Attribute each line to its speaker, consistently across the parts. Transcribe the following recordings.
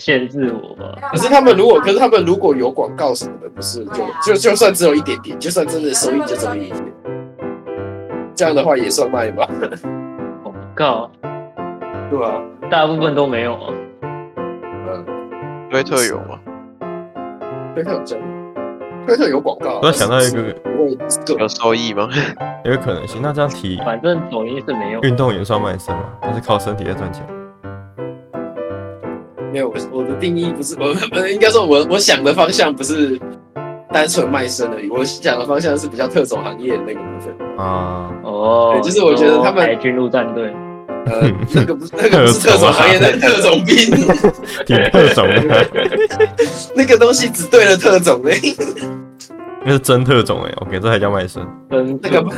Speaker 1: 限制我吧。
Speaker 2: 可
Speaker 3: 可是他们如果，可是他们如果有广告什么的，不是
Speaker 2: 对啊
Speaker 3: 就就就算只有一点点，就算真的收益就只有一点点，这样的话也算卖吧？
Speaker 1: 广告
Speaker 3: 对吧、啊？
Speaker 1: 大部分都没有啊，
Speaker 3: 嗯，
Speaker 4: 推特有吗？
Speaker 5: 啊
Speaker 3: 推特有这样，推特有广告啊。
Speaker 5: 突然想到一个
Speaker 3: 不会个
Speaker 4: 有收益 吗？
Speaker 5: 有一个可能性。那这样体
Speaker 1: 反正抖音是没有。
Speaker 5: 运动也算卖身吗？那是靠身体在赚钱。
Speaker 3: 没有，我我的定义不是我，呃应该说我我想的方向不是单纯卖身而已，我想的方向是比较特种行业的那个部分。
Speaker 5: 啊，
Speaker 1: 哦
Speaker 3: 对，就是我觉得他们
Speaker 1: 海军陆战队，
Speaker 3: 呃，那个不是那个不是特种行业，那个特种兵，
Speaker 5: 挺特种的，
Speaker 3: 那个东西只对了特种的、
Speaker 5: 那是真特种哎、OK，这才叫卖身。
Speaker 1: 真
Speaker 3: 那个不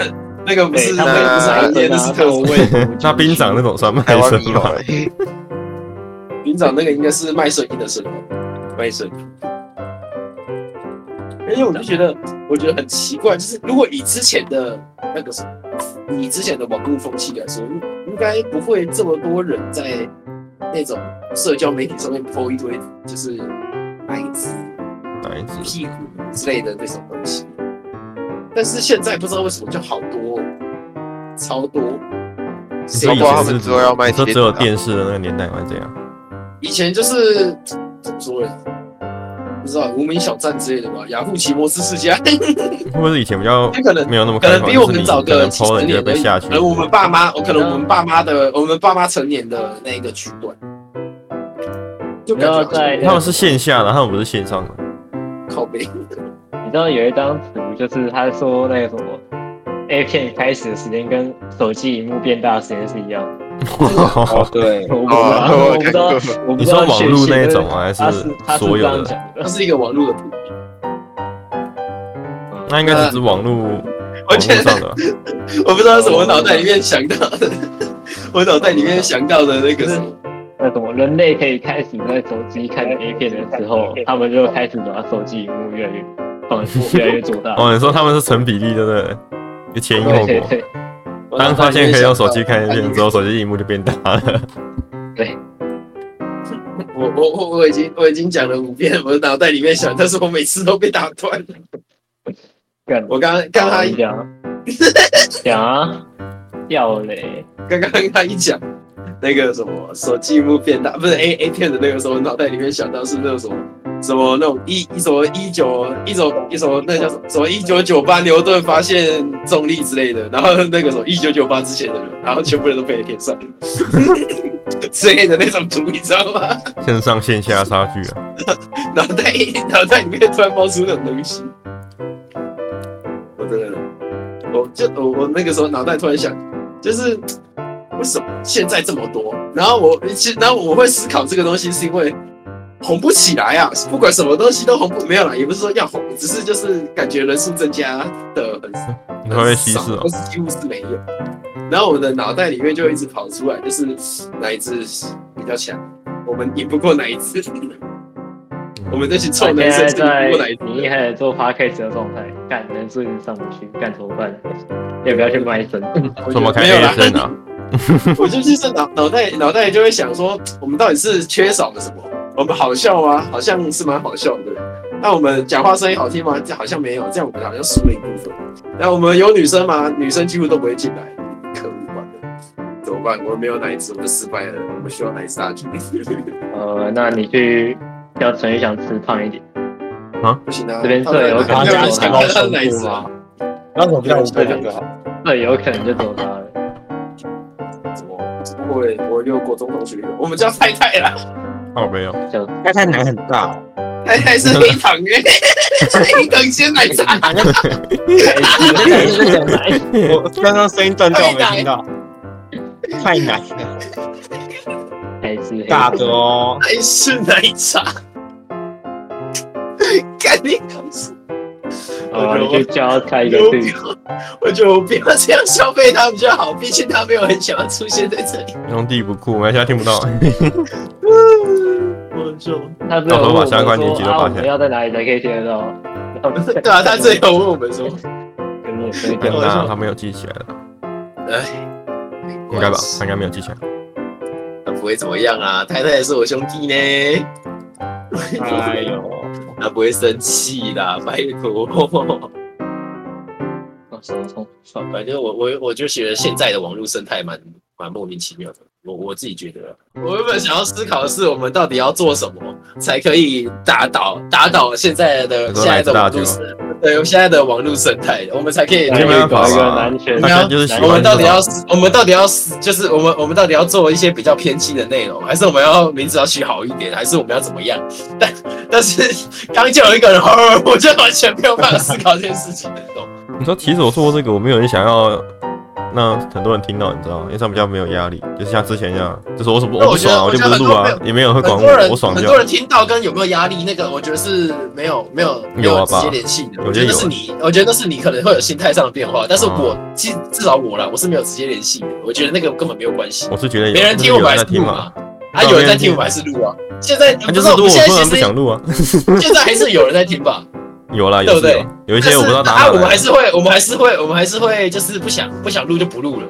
Speaker 3: 那个不是
Speaker 1: 对哎他
Speaker 3: 那
Speaker 1: 们
Speaker 3: 个不是
Speaker 1: 真
Speaker 3: 行业，
Speaker 1: 的
Speaker 3: 那
Speaker 1: 啊
Speaker 3: 是特
Speaker 1: 他
Speaker 3: 种
Speaker 1: 们
Speaker 3: 兵。
Speaker 5: 那兵长那种算卖
Speaker 4: 台湾哎
Speaker 5: 身
Speaker 4: 迷
Speaker 5: 吗？
Speaker 3: 欸
Speaker 4: 环，
Speaker 3: 兵长那个应该是卖声音的声音，卖声音。而哎且我就觉得，我觉得很奇怪，就是如果以之前的那个什么，以之前的网络风气来说，应应该不会这么多人在那种社交媒体上面 po 一堆就是奶子、
Speaker 5: 哪一只？
Speaker 3: 屁股之类的那种东西。但是现在不知道为什么就好多，超多。
Speaker 5: 你
Speaker 3: 谁
Speaker 5: 说
Speaker 4: 包
Speaker 5: 以
Speaker 4: 括他
Speaker 5: 前
Speaker 4: 们
Speaker 5: 是
Speaker 4: 之后要卖
Speaker 5: 你说
Speaker 4: 贴
Speaker 5: 只有
Speaker 4: 纸啊
Speaker 5: 电视的那个年代吗？这样？
Speaker 3: 以前就是怎么说呢？不知道无名小站之类的吧，雅虎奇摩斯世家，
Speaker 5: 会不会是以前比较
Speaker 3: 可能
Speaker 5: 没有那么
Speaker 3: 可
Speaker 5: 开
Speaker 3: 能
Speaker 5: 放？
Speaker 3: 比我们早个几
Speaker 5: 就是你
Speaker 3: 十年
Speaker 5: 可能 PO 了你就会
Speaker 3: 而
Speaker 5: 被
Speaker 3: 已。
Speaker 5: 下去。
Speaker 3: 而我们爸妈，我可能我们爸妈的，我们爸妈成年的那个区段，就感觉好
Speaker 1: 然
Speaker 3: 像
Speaker 1: 后在那
Speaker 5: 他们是线下的，他们不是线上的。
Speaker 3: 靠背，
Speaker 1: 你知道有一张图，就是他说那个什么 A 片开始的时间跟手机荧幕变大的时间是一样的。
Speaker 6: 哦，对
Speaker 1: 我，不知道，
Speaker 4: 哦
Speaker 1: 我不知道，我不
Speaker 5: 你
Speaker 1: 知
Speaker 5: 说
Speaker 1: 道
Speaker 5: 网
Speaker 1: 确
Speaker 5: 络
Speaker 1: 切
Speaker 5: 那一
Speaker 1: 但是
Speaker 5: 种啊吗？还
Speaker 1: 他是他是
Speaker 5: 所
Speaker 1: 这
Speaker 5: 有
Speaker 1: 样
Speaker 5: 的？
Speaker 1: 讲
Speaker 3: 它
Speaker 1: 的，
Speaker 3: 是一个网络的图片，
Speaker 5: 那应该是指网络网
Speaker 3: 我
Speaker 5: 络
Speaker 3: 觉得
Speaker 5: 上的吧。
Speaker 3: 我不知道是我脑袋里面想到的， 我脑袋里面想到的那个什么，
Speaker 1: 那什么人类可以开始在手机看 A 片的时候，他们就开始把手机荧幕越来越放越来越做大。
Speaker 5: 哦，你哦说他们是成比例，对不对？有前因
Speaker 1: 对
Speaker 5: 后
Speaker 1: 对
Speaker 5: 果。
Speaker 1: 对，
Speaker 3: 我
Speaker 5: 哦当
Speaker 3: 脑
Speaker 5: 发
Speaker 3: 袋里
Speaker 5: 现
Speaker 3: 面
Speaker 5: 可以
Speaker 3: 想
Speaker 5: 用
Speaker 3: 到
Speaker 5: 手机看一遍之后，手机荧幕就变大了。
Speaker 3: 我我我我已经我已经讲了五遍，我的脑袋里面想，但是我每次都被打断。
Speaker 1: 干
Speaker 3: 我刚刚刚
Speaker 1: 好
Speaker 3: 他
Speaker 1: 你讲啊讲啊，掉嘞，
Speaker 3: 刚刚他一讲那个什么手机荧幕变大，不是 A A 片的那个时候，我脑袋里面想到是那种什么什么那种一一什么一九一种一什么那叫什么什么一九九八牛顿发现重力之类的，然后那个什么一九九八之前的人，然后全部人都飞在天上 之类的那种图，你知道吗？
Speaker 5: 线上线下差距啊！
Speaker 3: 脑袋脑袋里面突然冒出那种东西，我真的，我就我我那个时候脑袋突然想，就是为什么现在这么多？然后我其实然后我会思考这个东西，是因为红不起来啊，不管什么东西都红不没有啦，也不是说要红，只是就是感觉人数增加的很少
Speaker 5: 你会被稀释哦
Speaker 3: 或。是几乎是没有。然后我的脑袋里面就一直跑出来，就是哪一只比较强，我们赢不过哪一只。我们这群臭
Speaker 1: 我
Speaker 3: 男
Speaker 1: 现
Speaker 3: 生
Speaker 1: 在
Speaker 3: 真的
Speaker 1: 在
Speaker 3: 不来听啊
Speaker 1: 你一开始做 podcast 的状态，干人数一直上不去，干怎么办？要不要去卖身？
Speaker 5: 嗯怎么开
Speaker 3: 没有啦
Speaker 5: A 身啊？
Speaker 3: 我就就是脑脑袋脑袋就会想说，我们到底是缺少了什么？我们好笑吗？好像是蛮好笑的。那我们讲话声音好听吗？这好像没有，这样我们好像输了一部分。那我们有女生吗？女生几乎都不会进来，可恶吧？怎么办？我们没有奶子，我们失败了，我们需要奶 子大军。
Speaker 1: 呃，那你去叫陈宇想吃胖一点，
Speaker 3: 不行啊，
Speaker 1: 这边
Speaker 3: 他们
Speaker 1: 这有
Speaker 3: 他们
Speaker 1: 可能
Speaker 3: 想看到奶子啊，
Speaker 6: 那我们要五个两个好，
Speaker 1: 这有可能就走他了。
Speaker 3: 怎么怎么会？我有国中同学，我们叫太太啦，
Speaker 5: 好哦没有，
Speaker 6: 太太奶很大哦，
Speaker 3: 太太是黑糖哎、黑糖鲜奶茶。
Speaker 1: 开始那个奶
Speaker 6: 我刚刚声音断掉没听到，太奶了，
Speaker 1: 还是
Speaker 6: 大的哦，
Speaker 3: 还是奶茶。肯定是，
Speaker 1: 呃，你就教他一个
Speaker 3: 我
Speaker 1: 对
Speaker 3: 不要我觉得我不要这样消费他们就好，毕竟他没有很想要出现在这里。
Speaker 5: 兄弟不酷，我们现在听不到。啊
Speaker 3: 我就
Speaker 1: 他只
Speaker 5: 到
Speaker 1: 有
Speaker 5: 时候
Speaker 1: 问
Speaker 5: 把
Speaker 1: 我
Speaker 5: 相关链
Speaker 1: 说
Speaker 5: 接都
Speaker 1: 啊，
Speaker 5: 发
Speaker 1: 我
Speaker 5: 起来
Speaker 1: 们要在哪里才可以听得到？ 然后
Speaker 3: 对啊，他这有问我们说，
Speaker 1: 跟你分
Speaker 5: 但
Speaker 1: 享
Speaker 3: 我
Speaker 5: 那
Speaker 3: 说
Speaker 5: 他没有记起来了，
Speaker 3: 哎，
Speaker 5: 应该吧？他应该没有记起来。
Speaker 3: 他不会怎么样啊，太太也是我兄弟呢。
Speaker 6: 哎呦，
Speaker 3: 他不会生气啦，拜托。
Speaker 1: 我手痛，
Speaker 3: 反反正我我我就觉得现在的网络生态蛮蛮莫名其妙的，我我自己觉得啊。我原本想要思考的是，我们到底要做什么才可以打倒打倒现在的
Speaker 5: 你说
Speaker 3: 现在的
Speaker 5: 来
Speaker 3: 网
Speaker 5: 自大
Speaker 3: 络生，对现在的网络生态，我们才可以
Speaker 5: 没
Speaker 1: 有
Speaker 5: 办法啊
Speaker 1: 搞一个
Speaker 5: 啦
Speaker 1: 男权
Speaker 5: 大家就是喜欢
Speaker 3: 我们到底
Speaker 5: 这种
Speaker 3: 要我们到底要就是我们我们到底要做一些比较偏激的内容，还是我们要名字要取好一点，还是我们要怎么样？但但是 刚就有一个人，我就完全没有办法思考这件事情，你懂吗？
Speaker 5: 你说，其实我做过这个，我没有人想要，那很多人听到，你知道吗？因为这样比较没有压力，就是像之前一样，就是我什么
Speaker 3: 那
Speaker 5: 不
Speaker 3: 我觉得
Speaker 5: 爽，我就不录
Speaker 3: 我觉得很多
Speaker 5: 啊，也没有人会
Speaker 3: 很
Speaker 5: 管
Speaker 3: 多人
Speaker 5: 我，我爽
Speaker 3: 很
Speaker 5: 就
Speaker 3: 多
Speaker 5: 好。
Speaker 3: 人听到跟有没有压力，那个我觉得是没有没有没
Speaker 5: 有啊
Speaker 3: 直接联系的。
Speaker 5: 吧
Speaker 3: 我觉得那是你，我觉得那是你可能会有心态上的变化，但是
Speaker 5: 嗯
Speaker 3: 我至至少我啦，我是没有直接联系的。我觉得那个根本没有关系，
Speaker 5: 我是觉得有
Speaker 3: 没人听我
Speaker 5: 有
Speaker 3: 们还
Speaker 5: 人
Speaker 3: 是
Speaker 5: 在听
Speaker 3: 录
Speaker 5: 嘛
Speaker 3: 啊，，啊有人在听我们还是录啊。现在
Speaker 5: 那
Speaker 3: 不
Speaker 5: 就是是
Speaker 3: 我
Speaker 5: 如果
Speaker 3: 们现在
Speaker 5: 突
Speaker 3: 其
Speaker 5: 然不
Speaker 3: 实
Speaker 5: 想录啊，
Speaker 3: 现在还是有人在听吧，
Speaker 5: 有啦，
Speaker 3: 对不
Speaker 5: 有是
Speaker 3: 对
Speaker 5: 有， 有一
Speaker 3: 但
Speaker 5: 些
Speaker 3: 是
Speaker 5: 我不知道打
Speaker 3: 啊，
Speaker 5: 哪
Speaker 3: 我们还
Speaker 5: 来。
Speaker 3: 是会，我们还是会，我们还是会，就是不想不想录就不录了，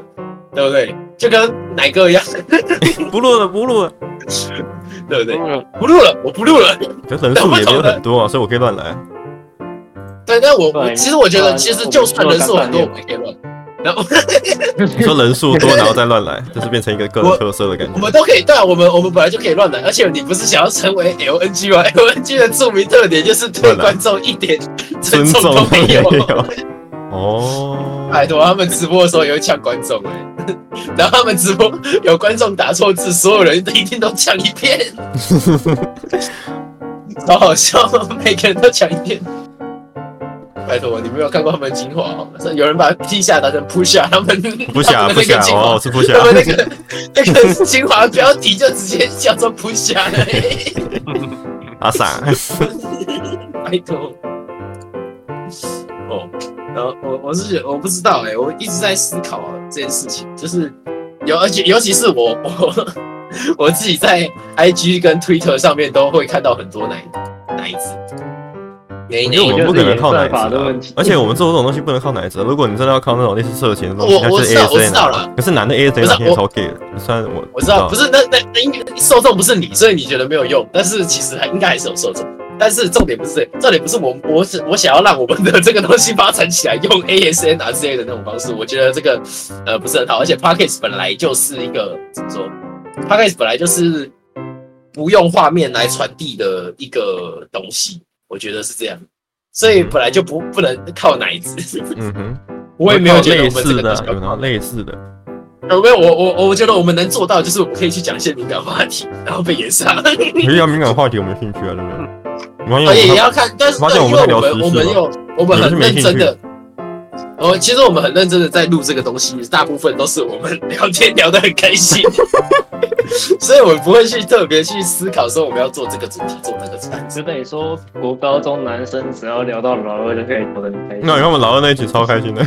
Speaker 3: 对不对？就跟奶哥一样，
Speaker 5: 不录了，不录了。
Speaker 3: 对不对？
Speaker 4: 嗯
Speaker 3: 不录了，我不录了。
Speaker 5: 可是人数也没有 很多啊，所以我可以乱来。
Speaker 3: 对，但我我
Speaker 1: 对
Speaker 3: 其实我觉得，
Speaker 1: 嗯
Speaker 3: 其实
Speaker 1: 我
Speaker 3: 就算人数很多，
Speaker 1: 我
Speaker 3: 我们也可以乱，然后
Speaker 5: 你说人数多，然后再乱 来，就是变成一个个人
Speaker 3: 我
Speaker 5: 特色的感
Speaker 3: 我
Speaker 5: 觉。
Speaker 3: 们都可以，对啊，我们我们本来就可以乱来，而且你不是想要成为 LNG 吗？LNG 的著名特点就是对
Speaker 5: 乱来
Speaker 3: 观众一点
Speaker 5: 尊
Speaker 3: 尊重哎
Speaker 5: 重
Speaker 3: 都
Speaker 5: 都
Speaker 3: 没
Speaker 5: 没
Speaker 3: 有。
Speaker 5: 有。 哦，
Speaker 3: 拜托，他们直播的时候也会呛观众哎、然后他们直播有观众打错字，所有人一定都呛一遍，超好笑，每个人都呛一遍。拜托，你没有看过他们的精华哦？有人把 P 下打成 push 啊，他们
Speaker 5: 不想
Speaker 3: 他们
Speaker 5: 不
Speaker 3: 那
Speaker 5: 想
Speaker 3: 个精华
Speaker 5: 哦，我是不想
Speaker 3: 他。们那个那个 精华标题就直接叫做 push 啊，
Speaker 5: 阿散，
Speaker 3: 拜托。哦，然后我我是觉得我不知道哎、我一直在思考啊这件事情，就是尤而且尤其是我我我自己在 IG 跟 Twitter 上面都会看到很多奶奶子，奶
Speaker 5: 因为我
Speaker 1: 觉得
Speaker 5: 们不可能
Speaker 1: 是
Speaker 5: 靠奶
Speaker 1: 演算法
Speaker 5: 子、
Speaker 1: 的
Speaker 5: 啊
Speaker 1: 问题，
Speaker 5: 而且我们做这种东西不能靠奶子啊、如果你真的要靠那种类似色情的东西，
Speaker 3: 我
Speaker 5: 那
Speaker 3: 我
Speaker 5: 就
Speaker 3: 知
Speaker 5: 是
Speaker 3: 道我知
Speaker 5: ASA
Speaker 3: 道
Speaker 5: 了。
Speaker 3: 了。
Speaker 5: 可是男的 ASA
Speaker 3: 不是
Speaker 5: 那天
Speaker 3: 我
Speaker 5: 超 gay 的，虽然我
Speaker 3: 我知道，不是那那那应该受众不是你，所以你觉得没有用，但是其实还应该还是有受众。但是重点不是这个，重点不是我我只我想要让我们的这个东西发展起来，用 ASN 啊之类的那种方式，我觉得这个呃不是很好。而且 Pockets 本来就是一个怎么说，Pockets 本来就是不用画面来传递的一个东西，我觉得是这样，所以本来就不不能靠奶子。
Speaker 5: 嗯哼，
Speaker 3: 我也没有觉得
Speaker 5: 类
Speaker 3: 我们这
Speaker 5: 似
Speaker 3: 个东
Speaker 5: 的
Speaker 3: 西，
Speaker 5: 有
Speaker 3: 要
Speaker 5: 没有类似的？
Speaker 3: 有呃没有？我我我觉得我们能做到，就是我们可以去讲一些敏感话题，然后被延上。
Speaker 5: 比较敏感话题我没兴趣啊，对不对？你发现我
Speaker 3: 哎也
Speaker 5: 们
Speaker 3: 也要看，但是
Speaker 5: 发现
Speaker 3: 因
Speaker 5: 我
Speaker 3: 为
Speaker 5: 们在
Speaker 3: 我
Speaker 5: 聊
Speaker 3: 们我
Speaker 5: 时
Speaker 3: 们
Speaker 5: 事吗
Speaker 3: 有我们很认真
Speaker 5: 你们是没兴
Speaker 3: 的，我其实我们很认真的在录这个东西，大部分都是我们聊天聊得很开 心，所以我不会去特别去思考说我们要做这个主题，做那个主题。
Speaker 1: 只得说国高中男生只要聊到老二就可以活得很开
Speaker 5: 那你看
Speaker 1: 心。
Speaker 5: 我们老二那一集超 开心的。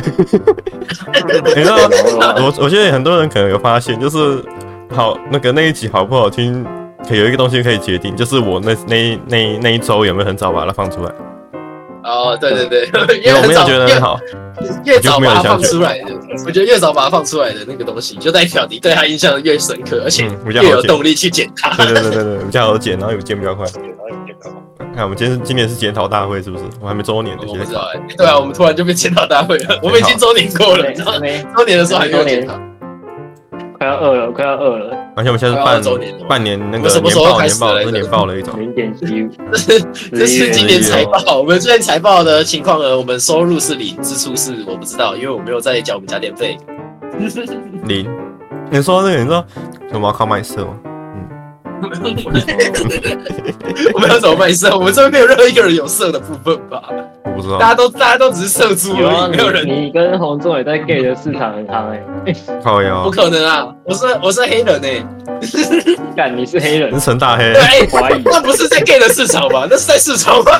Speaker 5: 你知道，我我觉得很多人可能有发现，就是好那个那一集好不好听，可有一个东西可以决定，就是我那那那那一周有没有很早把它放出来，
Speaker 3: 哦，对对对， 因为
Speaker 5: 因为嗯我
Speaker 3: 很
Speaker 5: 没有
Speaker 3: 早
Speaker 5: 觉得
Speaker 3: 越
Speaker 5: 很好。嗯
Speaker 3: 越早把它
Speaker 5: 我就没有
Speaker 3: 放
Speaker 5: 想起
Speaker 3: 出来的，我觉得越早把它放出来的那个东西，就代表你对它印象越深刻，而且
Speaker 5: 嗯比较
Speaker 3: 越
Speaker 5: 好
Speaker 3: 有
Speaker 5: 剪
Speaker 3: 动力去剪它。
Speaker 5: 对对对对对，比较好剪，然后有剪比较快。看我们今天是今年是检讨大会是不是？我还没周年的，
Speaker 3: 我
Speaker 5: 现
Speaker 3: 不
Speaker 5: 在
Speaker 3: 知道哎、对啊，我们突然就变检讨大会了，我们已经周年过了，你知道吗
Speaker 1: 对，
Speaker 3: 周年的时候还没有检讨，
Speaker 1: 快要饿了，快要饿了，
Speaker 5: 而且我们现在是
Speaker 3: 快要周年了
Speaker 5: 半半年那
Speaker 3: 我
Speaker 5: 个
Speaker 3: 们什么
Speaker 5: 年
Speaker 3: 时候
Speaker 5: 报
Speaker 3: 开
Speaker 5: 年
Speaker 3: 始
Speaker 5: 报
Speaker 3: 的来
Speaker 5: 是
Speaker 3: 着
Speaker 5: 年报了一种，
Speaker 1: 零点七五。
Speaker 3: 这是今年财
Speaker 5: 哦
Speaker 1: 11
Speaker 3: 报。我们今年财报的情况呢，我们收入是零，支出是我不知道，因为我没有在缴我们家电费。嗯
Speaker 5: 零。你说那个，你说什么要靠麦哦色吗？
Speaker 3: 我们要怎么卖色？我们这边没有任何一个人有色的部分吧？
Speaker 5: 我不知
Speaker 3: 大家
Speaker 5: 道，
Speaker 3: 都大家都只是色猪
Speaker 1: 有啊，
Speaker 3: 而已，没有人
Speaker 1: 你你跟洪仲也在 gay 的市场很夯哎、
Speaker 5: 靠腰哦
Speaker 3: 不，可能啊！我是我是黑人呢、
Speaker 1: 干你是黑人
Speaker 5: 你是，陈大黑
Speaker 3: 对，。哎、
Speaker 1: 怀疑
Speaker 3: 那不是在 gay 的市场吧？那是在市场吧？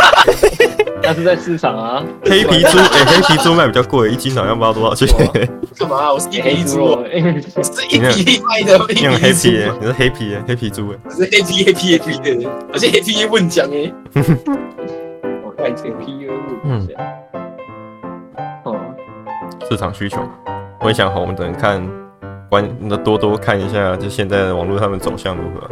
Speaker 1: 那是在市场啊，
Speaker 5: 黑皮猪，哎、黑皮猪卖比较贵，一斤好像不知道多少钱。
Speaker 3: 干嘛、我是一
Speaker 1: 黑
Speaker 3: 比一
Speaker 1: 猪
Speaker 3: 猪
Speaker 1: 肉哎
Speaker 3: 哦，，我是一比一卖的，一
Speaker 5: 你
Speaker 3: 比
Speaker 5: 很黑
Speaker 3: 一猪
Speaker 5: 皮、耶，你是黑皮、耶，黑皮猪、耶。
Speaker 3: 我是 A P A P A P 的，我是 A P A 问奖哎。我看这个
Speaker 1: P U
Speaker 5: 嗯
Speaker 1: 哦，
Speaker 5: 市场需求。我也想红，等看关那多多看一下，就现在网络上面走向如何。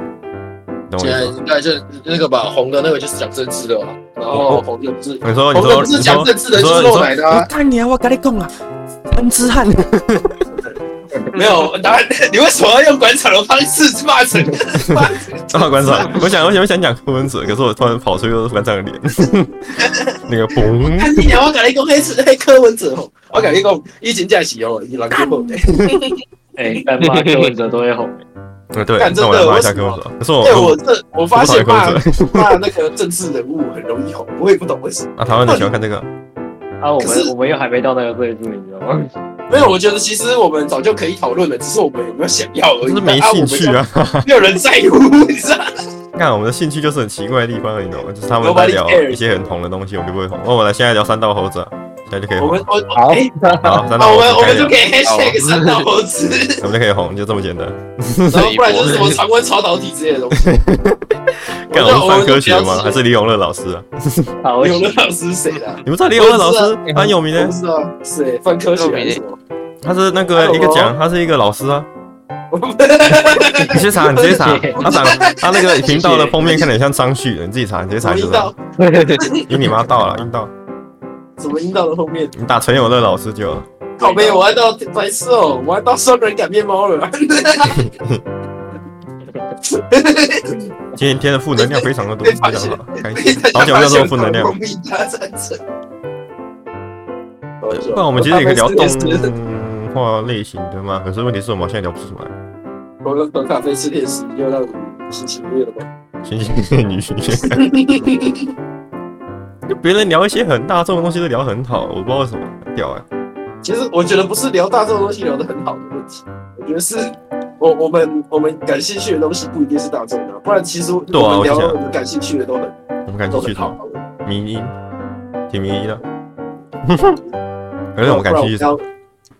Speaker 5: 懂我
Speaker 3: 现
Speaker 5: 意
Speaker 3: 在
Speaker 5: 思吗？
Speaker 3: 应该就那个吧，红的那个就是讲政治的嘛，然后红的不是
Speaker 5: 你哦说，你
Speaker 3: 红的
Speaker 5: 说，
Speaker 3: 不
Speaker 5: 你
Speaker 3: 是讲
Speaker 5: 说，
Speaker 3: 政治的，
Speaker 5: 你
Speaker 3: 就是
Speaker 5: 说，你
Speaker 3: 漏
Speaker 5: 说
Speaker 3: 奶的啊，
Speaker 6: 干你啊！我跟你讲啊，恩之汉，
Speaker 3: 没有，当然你为什么要用馆长的方式骂成？ 骂成
Speaker 5: 啊，馆长，我想，我想，我想讲柯文哲，可是我突然跑出一个馆长的脸， 那个 嘣，
Speaker 3: 看你娘，我跟你讲，黑是黑柯文哲哦，我跟你讲，疫情假期哦，伊人去无的。
Speaker 1: 哎，但骂柯文哲都会 红，
Speaker 5: 嗯，对，
Speaker 3: 干真
Speaker 5: 那我
Speaker 3: 的
Speaker 5: 来骂
Speaker 3: 为
Speaker 5: 一下
Speaker 3: 什
Speaker 5: 柯文
Speaker 3: 么
Speaker 5: 哲。可是我
Speaker 3: 对，我这我发现
Speaker 5: 我不讨
Speaker 3: 骂
Speaker 5: 厌
Speaker 3: 骂那个政治人物很容易红，我也不懂为什么。
Speaker 5: 啊，台湾人喜欢看这个，
Speaker 1: 啊，我
Speaker 3: 可是
Speaker 1: 们我们又还没到那个岁数，你知道吗？
Speaker 3: 没有，我觉得其实我们早就可以讨论了，只是我们有没有想要而
Speaker 5: 就
Speaker 3: 已。
Speaker 5: 是没
Speaker 3: 但
Speaker 5: 兴趣，啊。
Speaker 3: 我们就没 有人在乎，你知道吗？
Speaker 5: 看我们的兴趣就是很奇怪的地方，你懂吗？就是他们在
Speaker 3: Nobody
Speaker 5: 聊
Speaker 3: cares
Speaker 5: 一些很红的东西，我们就不会红。那哦我来现在聊三道猴子啊，现在就可以
Speaker 3: 我
Speaker 5: 红
Speaker 3: 们
Speaker 5: 了。
Speaker 3: 我
Speaker 1: 好
Speaker 3: 哎，
Speaker 5: 好，
Speaker 3: 那
Speaker 5: 三道
Speaker 3: 我
Speaker 5: 猴
Speaker 3: 们
Speaker 5: 子
Speaker 3: 我们就
Speaker 5: 开始聊
Speaker 3: 可，以 hashtag 三道猴子，
Speaker 5: 我们就可以红，就这么简单。
Speaker 3: 然后不然就是什么常温超导体之类的东西。
Speaker 5: 干，我是
Speaker 3: 我
Speaker 5: 上
Speaker 3: 们就
Speaker 5: 科学
Speaker 3: 不要
Speaker 5: 吗？
Speaker 3: 吃
Speaker 5: 还是李永乐老师啊？
Speaker 1: 好，我
Speaker 3: 有
Speaker 1: 喜
Speaker 3: 的老师是谁的啊？
Speaker 5: 你不知道李永乐老
Speaker 3: 我
Speaker 5: 师
Speaker 3: 知
Speaker 5: 蛮有名
Speaker 3: 我
Speaker 5: 的
Speaker 3: 不，知道，谁范科学还是什么？
Speaker 5: 他是那个
Speaker 3: 哎
Speaker 5: 一个
Speaker 3: 我
Speaker 5: 奖，他是一个老师啊。
Speaker 3: 我不我
Speaker 5: 你去查，你直接查
Speaker 1: 谢谢，
Speaker 5: 他长他那个频道的封面看起来像张旭，你自己查，你直接查就
Speaker 3: 阴
Speaker 5: 知道
Speaker 3: 道。，
Speaker 5: 阴你妈到了，阴道，
Speaker 3: 什么阴道的后面？
Speaker 5: 你打陈永乐老师就有了。
Speaker 3: 靠背，我要到白痴哦，我要到双人擀面包了。
Speaker 5: 今天的负能量非常的多，
Speaker 3: 被
Speaker 5: 非
Speaker 3: 发
Speaker 5: 常
Speaker 3: 现
Speaker 5: 好，开心。好久没有这么负能量
Speaker 3: 红米大战争。啊
Speaker 5: 不然我们其实也可以聊动画类型的嘛，可是问题是我们好像聊不出来。
Speaker 3: 我们喝咖啡吃甜食，又让你心情愉悦了吗？
Speaker 5: 星星女星，就别人聊一些很大众的东西都聊很好，我不知道为什么很屌哎、
Speaker 3: 其实我觉得不是聊大众东西聊得很好的问题，我觉得是我我们我们感兴趣的东西不一定是大众的，不然其实我
Speaker 5: 对啊
Speaker 3: 们
Speaker 5: 我就
Speaker 3: 聊
Speaker 5: 想
Speaker 3: 我们感兴趣的都很
Speaker 5: 我们感
Speaker 3: 都很
Speaker 5: 兴趣什
Speaker 3: 好
Speaker 5: 么？。迷音，挺迷音的。可是我们感
Speaker 3: 不然我们
Speaker 5: 兴趣什么？
Speaker 3: 要，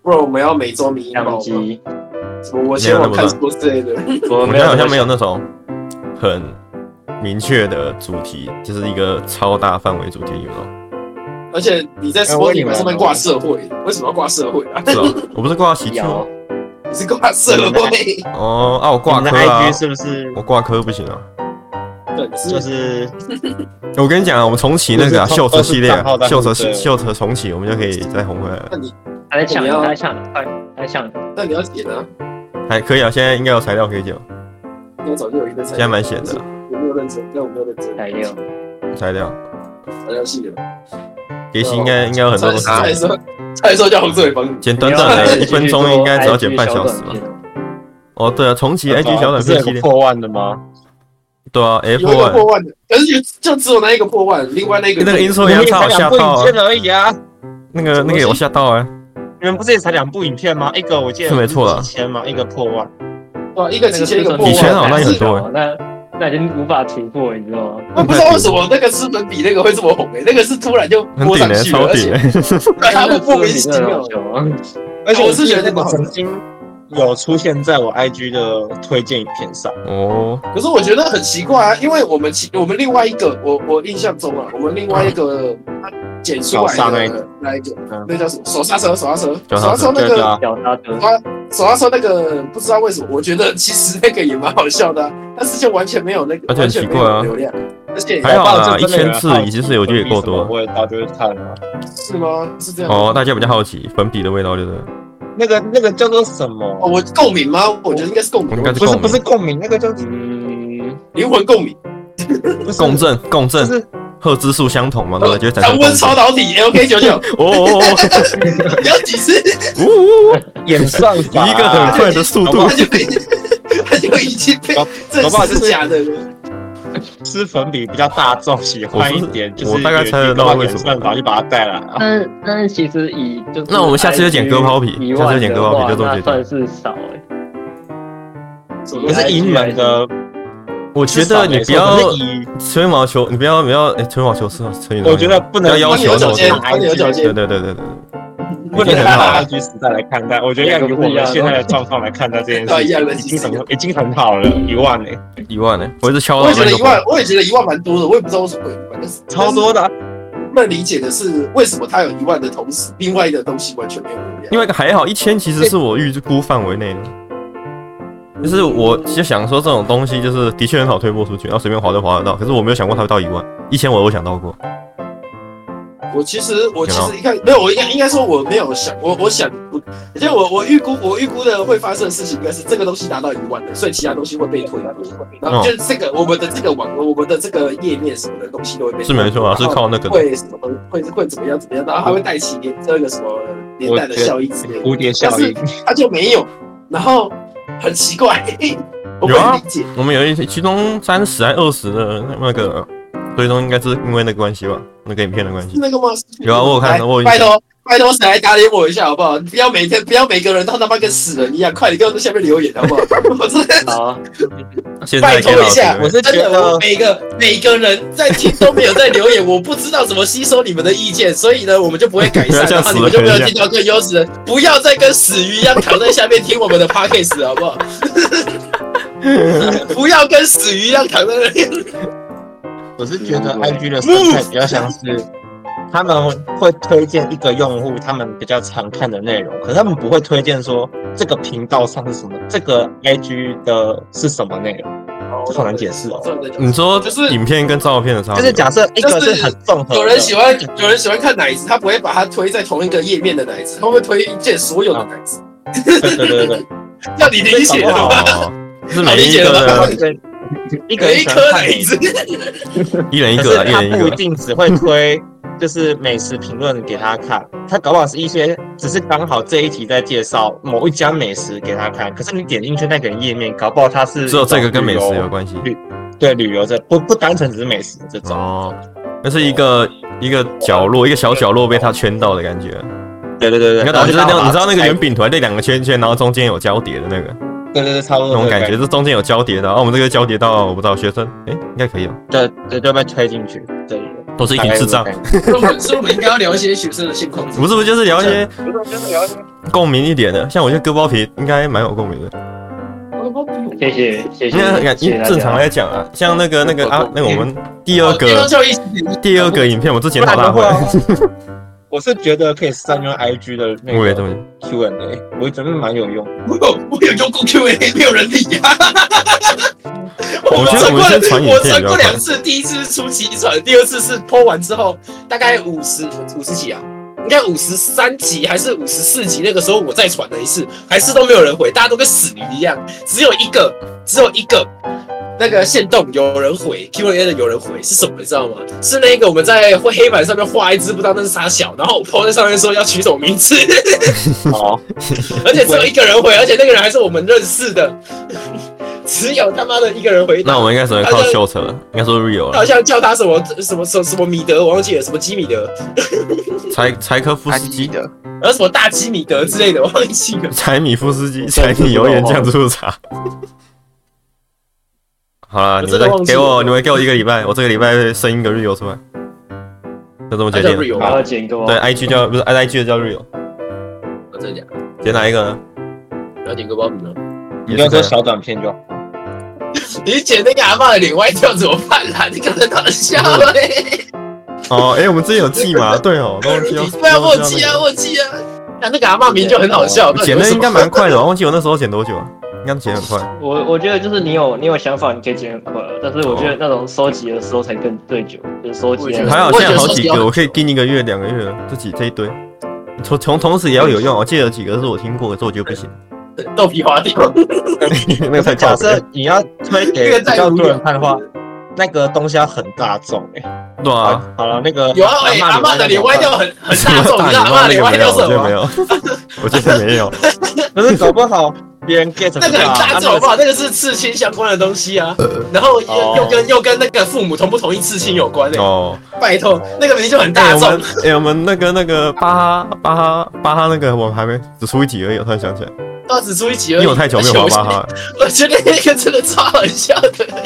Speaker 3: 不然我们要每周迷
Speaker 1: 相
Speaker 3: 吗？
Speaker 1: 机，
Speaker 3: 什么我先往看书之类的。
Speaker 1: 我
Speaker 5: 我
Speaker 1: 们
Speaker 5: 们好像没有那种很明确的主题，就是一个超大范围主题，有种。
Speaker 3: 而且哎你在 Spotify 上面挂社会，为什么要挂社会 啊？
Speaker 5: 是哦，我不是挂喜剧
Speaker 1: 有
Speaker 5: 吗
Speaker 3: 你是挂社会，
Speaker 5: 哦，啊，我挂
Speaker 6: 你的
Speaker 5: 科啊
Speaker 6: IG，是不是
Speaker 5: 我挂科不行啊。
Speaker 3: 对，你是
Speaker 6: 就是
Speaker 5: 我跟你讲啊，我们重启那个啊
Speaker 6: 就是
Speaker 5: 秀
Speaker 6: 都
Speaker 5: 词
Speaker 6: 是
Speaker 5: 系列啊
Speaker 6: 账号，单
Speaker 5: 秀词
Speaker 6: 对
Speaker 5: 系秀词重启，我们就可以再红回来了
Speaker 3: 那。你
Speaker 1: 他在抢，
Speaker 3: 我们要
Speaker 1: 他在抢，快，他在抢，
Speaker 3: 那你要剪啊？
Speaker 5: 还可以啊，现在应该有材料可以剪，
Speaker 3: 我早就有一个在
Speaker 5: 现在蛮闲的
Speaker 3: 我没有认真，但我没哎有认真。
Speaker 1: 材料，
Speaker 5: 材料。
Speaker 3: 材料系的，
Speaker 5: 杰西应该应该有很多
Speaker 3: 差
Speaker 5: 东西
Speaker 3: 差点
Speaker 5: 剪，
Speaker 3: 说差点说叫洪志伟帮你。
Speaker 5: 剪短短的
Speaker 1: 你
Speaker 5: 一分钟应该只要剪半小时
Speaker 1: 吧
Speaker 5: 吧？？哦，对啊，重启 IG 小短
Speaker 6: 不是
Speaker 5: 片
Speaker 6: 有
Speaker 5: 系
Speaker 6: 个
Speaker 5: 列，
Speaker 6: 破万的吗？
Speaker 5: 对啊，F
Speaker 3: 有一个
Speaker 5: one
Speaker 3: 破万的，可是就就只有那一个破万，另外那个
Speaker 5: 那个音速
Speaker 6: 们
Speaker 5: 羊
Speaker 6: 也
Speaker 5: 超好
Speaker 6: 才两
Speaker 5: 吓
Speaker 6: 部
Speaker 5: 到
Speaker 6: 影
Speaker 5: 啊，
Speaker 6: 片而已啊！
Speaker 5: 那个那个有吓到哎。
Speaker 6: 你们不是也才两部影片吗？一个我记得
Speaker 5: 是没错啦
Speaker 6: 几千嘛，一个破万。
Speaker 3: 哇，一个几千一个破
Speaker 5: 以前
Speaker 3: 万，
Speaker 5: 好像
Speaker 3: 但
Speaker 5: 有
Speaker 3: 是
Speaker 5: 很多欸
Speaker 1: 那啊那已经无法突破，你知道吗？
Speaker 3: 我不知道为什么那个资本比那个会这么红诶，那个是突然就
Speaker 5: 很
Speaker 3: 播
Speaker 5: 顶
Speaker 3: 上
Speaker 5: 的、
Speaker 3: 去了，
Speaker 5: 超
Speaker 3: 而
Speaker 5: 顶欸
Speaker 3: 且
Speaker 5: 的、
Speaker 1: 啊
Speaker 3: 他们莫名其妙。
Speaker 6: 而且
Speaker 3: 啊我
Speaker 6: 我
Speaker 3: 是
Speaker 6: 是
Speaker 3: 觉
Speaker 6: 觉
Speaker 3: 得那
Speaker 6: 得那
Speaker 3: 个
Speaker 6: 个
Speaker 3: 好
Speaker 6: 曾经有出现在我 IG 的推荐影片上，
Speaker 5: 哦，
Speaker 3: 可是我觉得很奇怪啊，因为我们其我们另外一个，我我印象中啊，我们另外一个剪出来
Speaker 6: 绞杀那一
Speaker 3: 的那一个
Speaker 6: 嗯，
Speaker 3: 那叫什么手刹车？手刹车？手
Speaker 5: 绞
Speaker 3: 刹
Speaker 5: 杀车
Speaker 3: 车那
Speaker 6: 对
Speaker 3: 个
Speaker 6: 啊，
Speaker 1: 屌他的，
Speaker 3: 手刹车那个不知道为什么，我觉得其实那个也蛮好笑的啊、但是就完全没有那个，
Speaker 5: 而且
Speaker 3: 完
Speaker 5: 很
Speaker 3: 全
Speaker 5: 奇
Speaker 3: 没
Speaker 5: 怪啊
Speaker 3: 有流量，而且
Speaker 5: 还好啦，
Speaker 6: 这
Speaker 5: 一
Speaker 6: 真的有
Speaker 5: 千
Speaker 6: 人
Speaker 5: 字
Speaker 6: 好奇
Speaker 5: 其实我觉得也够多
Speaker 6: 我也到就会看了。
Speaker 3: 是吗？是这样吗
Speaker 5: 哦，大家比较好奇粉笔的味道，就是
Speaker 6: 那个那个叫做什
Speaker 3: 哦，
Speaker 6: 么？
Speaker 3: 我共鸣吗？我觉得应该是共
Speaker 5: 我
Speaker 3: 鸣，
Speaker 5: 应该是
Speaker 6: 不是
Speaker 5: 共
Speaker 6: 不是
Speaker 5: 鸣、
Speaker 6: 共鸣，那个叫什么
Speaker 1: 嗯，
Speaker 3: 灵魂共鸣，
Speaker 6: 不是
Speaker 5: 共 振、共
Speaker 6: 就
Speaker 5: 振、
Speaker 6: 是
Speaker 5: 赫兹数相同嘛，对不对？就会产
Speaker 3: 常
Speaker 5: 生共
Speaker 3: 呃温
Speaker 5: 振
Speaker 3: 超。导体 LK 哎九九，
Speaker 5: 哦哦哦
Speaker 3: 你要几次？
Speaker 5: 哦，呜呜呜
Speaker 6: 演算法啊，
Speaker 5: 以一个很快的速
Speaker 6: 好
Speaker 5: 度
Speaker 3: 他，就已经 他就已经被
Speaker 6: 搞
Speaker 3: 这
Speaker 6: 搞不好
Speaker 3: 是
Speaker 6: 就是
Speaker 3: 假的了。
Speaker 6: 吃粉比比较大众喜欢一点，
Speaker 5: 我
Speaker 6: 就是
Speaker 5: 我大概猜得到为什么
Speaker 6: 演算法就把它带来啊。
Speaker 1: 但是但是其实以就是
Speaker 5: 那我们下次就剪割包皮
Speaker 1: IG 一
Speaker 5: 下次就
Speaker 1: 万
Speaker 5: 剪
Speaker 1: 的
Speaker 5: 割包皮
Speaker 1: 话，
Speaker 5: 就这么
Speaker 1: 那
Speaker 5: 简
Speaker 1: 算
Speaker 5: 单
Speaker 1: 是少哎，
Speaker 6: 可是英门的，
Speaker 5: 我觉得你不要
Speaker 6: 至少没错可是以
Speaker 5: 吹毛求，你不要不要，哎，吹毛求疵啊，吹牛。
Speaker 6: 我觉得不能
Speaker 5: 不要要求
Speaker 3: 有
Speaker 5: 那
Speaker 3: 脚
Speaker 5: 种
Speaker 3: 尖，
Speaker 5: 东西。
Speaker 3: 他有脚
Speaker 5: 对
Speaker 3: 尖，
Speaker 5: 对对对对，
Speaker 6: 不能
Speaker 5: 已经
Speaker 3: 啊
Speaker 5: 很好
Speaker 6: 拿
Speaker 5: 了
Speaker 6: IG 时代来看待，我觉得要以我们现在的状况来看待这 件
Speaker 3: 到
Speaker 6: 事
Speaker 3: 一
Speaker 6: 情，
Speaker 3: 样的
Speaker 6: 已
Speaker 3: 几
Speaker 6: 经
Speaker 3: 十
Speaker 6: 很已经很好了，一万呢，
Speaker 5: 一万呢，我一直敲
Speaker 3: 我
Speaker 5: 到
Speaker 3: 也觉
Speaker 5: 那
Speaker 3: 得
Speaker 5: 个
Speaker 3: 一万，我也觉得一万蛮多的，我也不知道为什么会有一万，但是
Speaker 6: 超多。的啊。
Speaker 3: 不能理解的是，为什么他有一万的同时，另外一个东西完全没有流量？
Speaker 5: 另外一个还好，一千其实是我预估范围内的。就是我就想说这种东西就是的确很好推播出去，然后随便划都划得到。可是我没有想过它会到一万，一千我有想到过。
Speaker 3: 我其实我其实一开没有，我应该应该说我没有想我我想我，而且我我预估我预估的会发生的事情应该是这个东西达到一万的，所以其他东西会被推，然
Speaker 5: 哦
Speaker 3: 后就是这个我们的这个网我们的这个页面什么的东西都会被
Speaker 5: 是没错啊，是靠那个的。
Speaker 3: 会什么会会怎么样怎么样，然后还会带起连这个什么连带的效应之类的，
Speaker 6: 蝴蝶效应，
Speaker 3: 它就没有，然后很奇怪，我不能理解。
Speaker 5: 我们有一些其中三十还二十的那个追踪，应该是因为那个关系吧，那个影片的关
Speaker 3: 是
Speaker 5: 系。
Speaker 3: 那个吗？
Speaker 5: 有啊我有看到我有
Speaker 3: 拜托，拜托，谁来打脸我一下好不好？你不要每天，不要每个人都他妈跟死人一样，快点给我在下面留言好 不好？我真的
Speaker 1: 好，
Speaker 5: 现在给
Speaker 3: 拜托
Speaker 5: 老
Speaker 3: 一下
Speaker 5: 师
Speaker 6: 我是觉
Speaker 3: 真的，我
Speaker 6: 得
Speaker 3: 每个每个人在听都没有在留言，我不知道怎么吸收你们的意见，所以呢，我们就不会改
Speaker 5: 不
Speaker 3: 善，
Speaker 5: 要这样
Speaker 3: 然
Speaker 5: 死
Speaker 3: 后
Speaker 5: 了
Speaker 3: 你们就没有
Speaker 5: 可以
Speaker 3: 听到更优质的。不要再跟死鱼一样躺在下面听我们的 podcast 好不 好？不要跟死鱼一样躺在那里。
Speaker 6: 我是觉得 IG 的生态比较像是他们会推荐一个用户他们比较常看的内容，可是他们不会推荐说这个频道上是什么，这个 IG 的是什么内容，这好难解释哦。
Speaker 5: 你说
Speaker 3: 就是
Speaker 5: 影片跟照片的差别，
Speaker 6: 就是假设一个是很综合的，
Speaker 3: 有人喜欢有人喜欢看奶子，他不会把它推在同一个页面的奶子，他会推荐所有的奶子，
Speaker 6: 对对对对
Speaker 3: 要你理解
Speaker 6: 好
Speaker 3: 吗？
Speaker 5: 哦，是每一个
Speaker 3: 好
Speaker 5: 人
Speaker 3: 理
Speaker 6: 对，一个人
Speaker 3: 每一
Speaker 6: 喜欢
Speaker 3: 颗
Speaker 6: 看
Speaker 3: 奶
Speaker 6: 美
Speaker 3: 子，
Speaker 5: 一人一
Speaker 6: 可
Speaker 5: 个
Speaker 6: 是
Speaker 5: 啊，一
Speaker 6: 他
Speaker 5: 人
Speaker 6: 不
Speaker 5: 一
Speaker 6: 一
Speaker 5: 个。
Speaker 6: 定只会推，就是美食评论给他看，他搞不好是一些只是刚好这一题在介绍某一家美食给他看，可是你点进去那个页面，搞不好他是
Speaker 5: 只有这个跟美食
Speaker 6: 一
Speaker 5: 有
Speaker 6: 种
Speaker 5: 关系
Speaker 6: 旅游，对旅游这不不单纯只是美食这种，
Speaker 5: 哦，那是一个一个角落，一个小角落被它圈到的感觉。
Speaker 6: 对对对
Speaker 5: 你
Speaker 6: 对，
Speaker 5: 看，
Speaker 6: 然后
Speaker 5: 就是那
Speaker 6: 刚好
Speaker 5: 种你知道
Speaker 6: 把
Speaker 5: 那
Speaker 6: 它
Speaker 5: 个
Speaker 6: 拆
Speaker 5: 圆，饼团那两个圈圈，然后中间有交叠的那个
Speaker 6: 对对对，差不多
Speaker 5: 那种
Speaker 6: 这个
Speaker 5: 感觉，，这中间有交叠的。哦然后我们这个交叠到我不知道学生，哎，应该可以哦，
Speaker 6: 对对就被推进去，对，
Speaker 5: 都是一群智障。
Speaker 3: 所以我们所以我们应该要聊一些学生的现况。
Speaker 5: 不是不是，就是聊一些共鸣一点的，像我觉得割包皮应该蛮有共鸣的，
Speaker 3: 哦
Speaker 1: 谢谢谢
Speaker 5: 因为
Speaker 1: 谢，
Speaker 5: 感
Speaker 1: 谢谢
Speaker 5: 因
Speaker 1: 大
Speaker 5: 为
Speaker 1: 家
Speaker 5: 正常来讲啊，像那个那个啊，那个我们第二
Speaker 3: 哦
Speaker 5: 个
Speaker 3: 就一起点
Speaker 5: 第二个影片，我之前讨大会，啊
Speaker 6: 我是觉得可以善用 IG 的那
Speaker 5: 我也这么
Speaker 6: 个
Speaker 5: 觉得
Speaker 6: Q&A，我觉得蛮有用。
Speaker 3: 我有我有用过 Q&A，没有人理呀、
Speaker 5: 我觉
Speaker 3: 传
Speaker 5: 得我们
Speaker 3: 过
Speaker 5: 先传影
Speaker 3: 我
Speaker 5: 片
Speaker 3: 传
Speaker 5: 比较
Speaker 3: 过
Speaker 5: 快
Speaker 3: 两。次，第一次是初期传，第二次是播完之后大概五十五十几啊，应该五十三集还是五十四集，那个时候我再传了一次，还是都没有人回，大家都跟死驴一样，只有一个只有一个那个线动有人回 Q&A 的有人回是什么，你知道吗？是那个我们在会黑板上面画一只不知道那是啥小，然后我 po 在上面说要取什么名字，
Speaker 6: 好，
Speaker 3: 而且只有一个人回，而且那个人还是我们认识的，只有他妈的一个人回答。
Speaker 5: 那我们应该只能靠秀车了，应该说 real
Speaker 3: 好
Speaker 5: 了，
Speaker 3: 像叫他什么什么什么什么米德，我忘记了什么基米德，
Speaker 5: 柴柴科夫
Speaker 4: 还
Speaker 5: 斯
Speaker 4: 记
Speaker 5: 基、
Speaker 4: 得
Speaker 3: 然后什么大基米德之类的，我忘记了。
Speaker 5: 柴米夫斯基、柴米油盐酱醋茶。 好了，
Speaker 3: 我
Speaker 5: 你们
Speaker 3: 真的
Speaker 5: 再
Speaker 3: 忘记
Speaker 5: 给我，
Speaker 3: 了
Speaker 5: 你们给我一个礼拜，我这个礼拜生一个 real 出来，就这么决
Speaker 3: 他叫
Speaker 5: 定了。
Speaker 3: Rio 啊
Speaker 1: 我
Speaker 3: 吗
Speaker 1: 要？剪多
Speaker 5: 对，IG 叫不是 IG 的叫 real，
Speaker 3: 我真的假的？
Speaker 5: 剪哪一个呢？
Speaker 3: 然后点个包米呢？
Speaker 6: 你
Speaker 5: 也
Speaker 6: 就是说
Speaker 5: 可以啊
Speaker 6: 小短片就好。
Speaker 3: 你剪那个阿爸的脸歪掉怎么办啦？你可能搞笑哎！
Speaker 5: 哦，哎、我们之前有 记嘛？对哦，都忘记要
Speaker 3: 不要默契啊，默契啊！那那个阿爸名就很好笑，
Speaker 5: 剪的应该蛮快的吧，忘记我那时候剪多久啊？应该剪很 快。
Speaker 1: 我我觉得就是你有你有想法，你可以剪很快，但是我觉得那种收集的时候才更最久，就是收集
Speaker 3: 我也觉得
Speaker 5: 还
Speaker 1: 那
Speaker 5: 好
Speaker 1: 种。
Speaker 5: 现在好几个，我可以盯一个月、两个月了，这几这一堆。从从同时也要有用，我记得有几个是我听过，可是我觉得不行，
Speaker 3: 蛮豆皮滑掉。
Speaker 5: 那个太靠
Speaker 6: 假
Speaker 5: 北了
Speaker 6: 设你要推
Speaker 3: 那
Speaker 6: 给
Speaker 3: 个
Speaker 6: 比
Speaker 3: 在
Speaker 6: 较多人看的话，那个东西要很大众哎、
Speaker 5: 对啊，
Speaker 6: 好了，那个
Speaker 3: 有啊，哎，阿爸的脸歪掉，很很 大众，你知道阿爸
Speaker 5: 大
Speaker 3: 的
Speaker 5: 礼
Speaker 3: 脸
Speaker 5: 包
Speaker 3: 歪
Speaker 5: 那个没有，
Speaker 3: 掉
Speaker 5: 我
Speaker 3: 什
Speaker 5: 觉得
Speaker 3: 么
Speaker 5: 没？有，我觉得没有。
Speaker 6: 可是搞不好别人 get
Speaker 3: 那个
Speaker 6: 不到
Speaker 3: 很
Speaker 6: 啊
Speaker 3: 大众好不好？那个是刺青相关的东西啊，然后又
Speaker 6: 哦
Speaker 3: 又跟又跟那个父母同不同意刺青有关的。
Speaker 5: 哦，
Speaker 3: 拜托，那个明明就很
Speaker 5: 哎、
Speaker 3: 大
Speaker 5: 我
Speaker 3: 众
Speaker 5: 们。哎、我们那个那个巴哈巴哈巴哈那个，我们还没只出一集而已，我突然想起来，
Speaker 3: 他只出一集
Speaker 5: 因
Speaker 3: 而已。
Speaker 5: 为我太久没有
Speaker 3: 而
Speaker 5: 玩
Speaker 3: 且
Speaker 5: 巴
Speaker 3: 我
Speaker 5: 哈了。
Speaker 3: 我觉得那个真的超好笑的。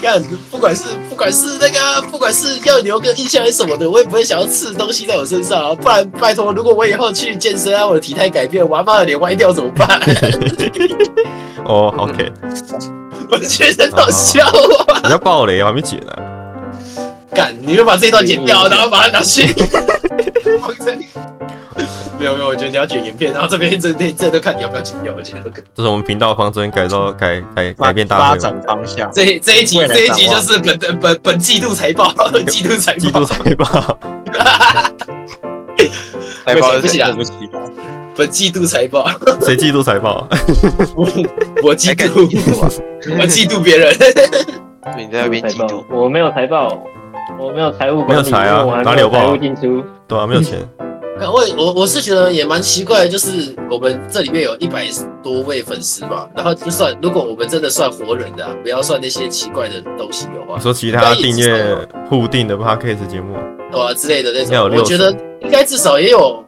Speaker 3: 看，不管是不管是那个，啊不管是要留个印象还是什么的，我也不会想要刺东西在我身上啊。不然，拜托，如果我以后去健身啊，我的体态改变，我阿妈的脸歪掉怎么办？
Speaker 5: 哦，OK，
Speaker 3: 我觉得很好笑啊！
Speaker 5: 你要爆雷，我还没解呢。
Speaker 3: 干，你就把这一段剪掉，然后把它拿去。放在没没有没有，我觉得你要剪影片，然后这边这这这都看你要不要剪掉，我觉得都可以。
Speaker 5: 这是我们频道方针改造改改改变大
Speaker 6: 发
Speaker 5: 会
Speaker 6: 展方向。
Speaker 3: 这一这一集
Speaker 6: 未来展
Speaker 3: 这
Speaker 6: 望
Speaker 3: 一集就是本本本本季度财 报，季度财
Speaker 5: 季
Speaker 3: 报
Speaker 5: 度，财报，
Speaker 4: 财报
Speaker 3: 不
Speaker 4: 是
Speaker 3: 行
Speaker 4: 谁？
Speaker 3: 啊
Speaker 6: 对不起啊，
Speaker 3: 本季度财 报，
Speaker 5: 谁季度财报？
Speaker 3: 我我嫉
Speaker 4: 还敢
Speaker 3: 妒， 我嫉妒别人。
Speaker 4: 你在那边嫉妒，
Speaker 1: 我没有财报，我没有财务管理，
Speaker 5: 没有财
Speaker 1: 因
Speaker 5: 啊
Speaker 1: 为我还
Speaker 5: 哪里
Speaker 1: 没
Speaker 5: 有
Speaker 1: 有
Speaker 5: 报啊
Speaker 1: 财务进出？
Speaker 5: 对啊，没 有钱，
Speaker 3: 我我我是觉得也蛮奇怪的，就是我们这里面有一百多位粉丝吧，然后就算如果我们真的算活人的啊、不要算那些奇怪的东西的话
Speaker 5: 你，说其他订阅互订的 podcast 节目
Speaker 3: 对啊之类的那
Speaker 5: 应该有
Speaker 3: 种，
Speaker 5: 六
Speaker 3: 我觉
Speaker 5: 十
Speaker 3: 得应该至少也有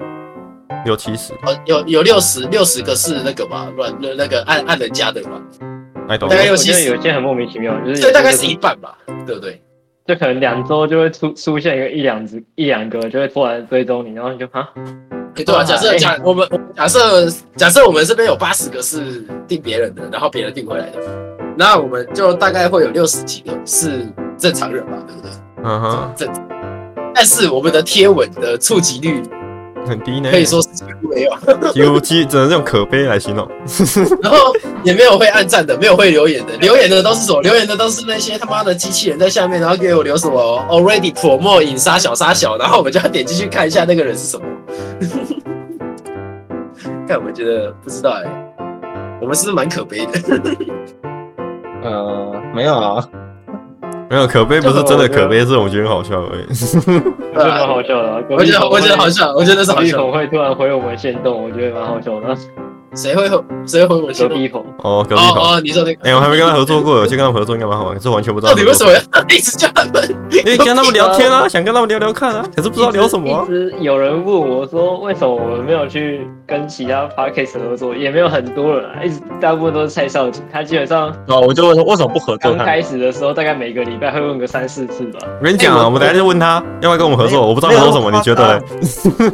Speaker 5: 有七十，
Speaker 3: 呃有有六十六十个是那个吧，乱那那个按按人家的吧，
Speaker 5: 哎，懂
Speaker 1: 我
Speaker 3: 大
Speaker 5: 了
Speaker 3: 概有
Speaker 1: 我
Speaker 3: 七
Speaker 1: 觉
Speaker 3: 十
Speaker 1: 得有些很莫名其妙，就是
Speaker 3: 所以大概
Speaker 1: 就是
Speaker 3: 一半吧，对不对？
Speaker 1: 就可能两周就会出出现一个一两只一两个就会突然追踪你，然后你就哈，
Speaker 3: 欸对啊，
Speaker 1: 哇
Speaker 3: 假设
Speaker 1: 哎
Speaker 3: 假我们我们假设假设我们这边有八十个是订别人的，然后别人订回来的，那我们就大概会有六十几个是正常人吧，对不对？
Speaker 5: 嗯哼，
Speaker 3: 但是我们的贴文的触及率
Speaker 5: 很低呢
Speaker 3: 可，以说是几乎没有，
Speaker 5: 几乎几只能用可悲来形容。
Speaker 3: 然后也没有会按赞的，没有会留言的，留言的都是什么？留言的都是那些他妈的机器人在下面，然后给我留什么 already promo 引杀小杀小，然后我们就要点进去看一下那个人是什么。但我觉得不知道哎、我们是不是蛮可悲的？
Speaker 6: 呃，没有啊，
Speaker 5: 没有可悲不是真的可悲，是我们觉得很好笑而已。
Speaker 1: 我觉得蛮好笑的啊。
Speaker 3: 我觉得我觉得好
Speaker 1: 笑，
Speaker 3: 笑，我觉得是
Speaker 1: 隔
Speaker 3: 好
Speaker 1: 壁
Speaker 3: 笑
Speaker 1: 棚。会突然回我们线动，我觉得蛮好笑的。
Speaker 3: 谁会谁会我
Speaker 1: 隔
Speaker 3: 心动？
Speaker 1: 壁棚，
Speaker 5: 哦，隔壁好。
Speaker 3: 哦哦，你说那个？
Speaker 5: 哎、我还没跟他合作过，有些跟他们合作应该蛮好玩，可是完全不知道。
Speaker 3: 到底为什么？要一直叫他们？
Speaker 5: 因为跟他们聊天啊，想跟他们聊聊看啊，可是不知道聊什么啊、
Speaker 1: 一直有人问我说，为什么我没有去跟其他 podcast 合作，也没有很多人啊，一直大部分都是蔡少吉，他基本 上
Speaker 6: 哦，我就问说为什么不合作
Speaker 1: 刚
Speaker 6: 他们？
Speaker 1: 开始的时候，大概每个礼拜会问个三四次吧。
Speaker 5: 我跟你讲啊，我们等一下就问他要不要跟我们合作，我不知道合作什么，你觉得嘞？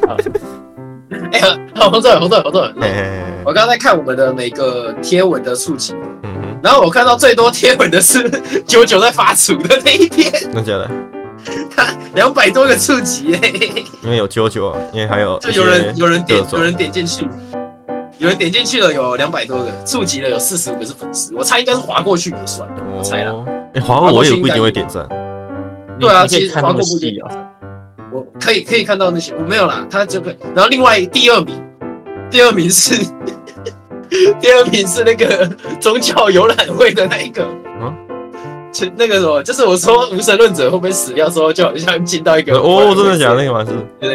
Speaker 3: 哎呀，好洪总，洪总，洪总，
Speaker 5: 嘿嘿嘿
Speaker 3: 我刚刚在看我们的每个贴文的触及，
Speaker 5: 嗯
Speaker 3: 然后我看到最多贴文的是 九九在发厨的那一篇，
Speaker 5: 哼，那假的，
Speaker 3: 两百多个触及、欸，
Speaker 5: 因为有啾啾啊，因为还有
Speaker 3: 就有人
Speaker 5: 一些
Speaker 3: 有人点
Speaker 5: 各种
Speaker 3: 有人点进去，有人点进去了有两百多个，触及了有四十五个是粉丝，我猜应该是划过去也算，我猜啦。
Speaker 5: 哦，哎、华为我也不一定会点赞，
Speaker 3: 对啊
Speaker 6: 你可
Speaker 3: 其
Speaker 6: 以
Speaker 3: 实
Speaker 6: 看那么
Speaker 3: 划过不
Speaker 6: 细啊。
Speaker 3: 我可以可以看到那些，我没有啦，他就可以。然后另外第二名，第二名是 第二名是那个 宗教游览会的那一个，
Speaker 5: 嗯
Speaker 3: 嗯，就那个什么，就是我说无神论者会不会死掉之后，就好像进到一个
Speaker 5: 哦，真的假的？那
Speaker 3: 个？
Speaker 5: 个吗？是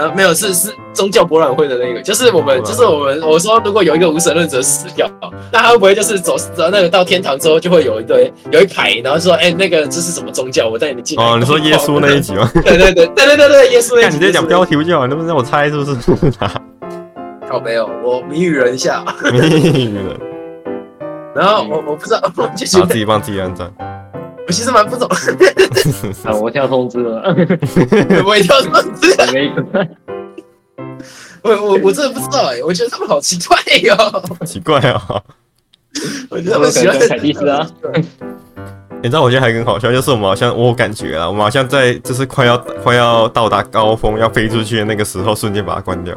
Speaker 3: 啊，没有，是是宗教博览会的那个，就是我们，
Speaker 5: 博览会
Speaker 3: 就是我们，我说如果有一个无神论者死掉，那他会不会就是走走那个到天堂之后，就会有一堆有一排，然后说，哎、那个这是什么宗教？我带你进来。
Speaker 5: 哦，你说耶稣那 一集吗？
Speaker 3: 对对对对对对对，耶稣那一
Speaker 5: 看
Speaker 3: 集
Speaker 5: 你在讲
Speaker 3: 耶稣那一集
Speaker 5: 标题不就好，你能不能让我猜是不是？
Speaker 3: 靠没有，我谜语人一下，
Speaker 5: 谜语人，
Speaker 3: 然后我我不知道， 我就觉
Speaker 5: 然后嗯自
Speaker 3: 得
Speaker 5: 己帮自己按赞，
Speaker 3: 我其实蛮不懂，
Speaker 1: 啊，我跳通知了，
Speaker 3: 我一定要说，
Speaker 1: 没一个
Speaker 3: 我我我真的不知道哎、我觉得他们好奇怪哟、
Speaker 5: 奇怪啊、
Speaker 3: 我觉得他们喜欢
Speaker 1: 我可能跟凯蒂 斯啊，
Speaker 5: 你知道我觉得还很好笑，就是我们好像我有感觉啊，我们好像在就是快要快要到达高峰要飞出去的那个时候，瞬间把它关掉，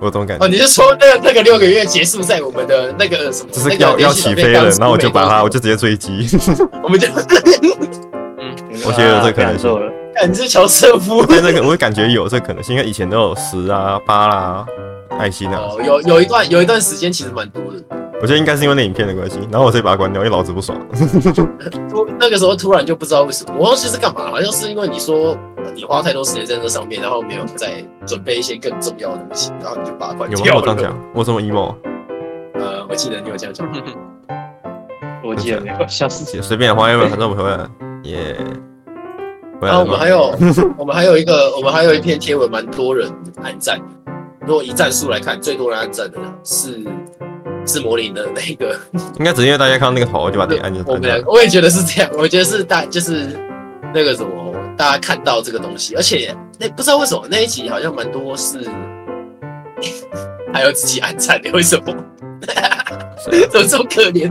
Speaker 5: 我有这种感觉，
Speaker 3: 哦，你就说那个那个六个月结束在我们的那个什么，
Speaker 5: 就是
Speaker 3: 那个
Speaker 5: 要、
Speaker 3: 联
Speaker 5: 要
Speaker 3: 系
Speaker 5: 起
Speaker 3: 长
Speaker 5: 飞
Speaker 3: 被
Speaker 5: 了
Speaker 3: 当，初
Speaker 5: 然后我就把它，
Speaker 3: 没
Speaker 5: 我就直接追击，
Speaker 3: 我们就
Speaker 5: 我觉得这可能
Speaker 1: 啊感
Speaker 5: 性
Speaker 1: 受了。
Speaker 3: 看你是乔瑟夫。
Speaker 5: 但这个我会感觉有这可能性，因为以前都有十啊八啦、爱心啊，
Speaker 3: 哦，有有一段有一段时间其实蛮多的，
Speaker 5: 我觉得应该是因为那影片的关系，然后我直接把它关 掉，因为老子不爽，
Speaker 3: 突那个时候突然就不知道为什么，我忘记是干嘛，好像是因为你说呃你花太多时间在这上面，然后没有再准备一些更重要的东西，然后你就把它关
Speaker 5: 有
Speaker 3: 掉
Speaker 5: 吗？
Speaker 3: 了。
Speaker 5: 我这 样讲，我这么 emo，
Speaker 3: 呃，我记得你有这样 讲。
Speaker 1: 我记得没有，笑死。
Speaker 5: 随便花一 本，反正我们回来了，耶、回
Speaker 3: 然
Speaker 5: 来
Speaker 3: 后哦
Speaker 5: 了
Speaker 3: 我们
Speaker 5: 吗？
Speaker 3: 还有， 我们还有一个，我们还有一篇贴文，蛮多人按赞的。如果以赞数来看，最多人按赞的是是魔灵的那个。
Speaker 5: 应该只是因为大家看到那个头就把点按就
Speaker 3: 我
Speaker 5: 按
Speaker 3: 们
Speaker 5: 掉
Speaker 3: 两
Speaker 5: 了，
Speaker 3: 个，我也觉得是这样。我觉得是大，就是那个什么，大家看到这个东西，而且那不知道为什么那一集好像蛮多是还有自己按赞的，为 什么？
Speaker 5: 是啊
Speaker 3: 怎么这么可 怜？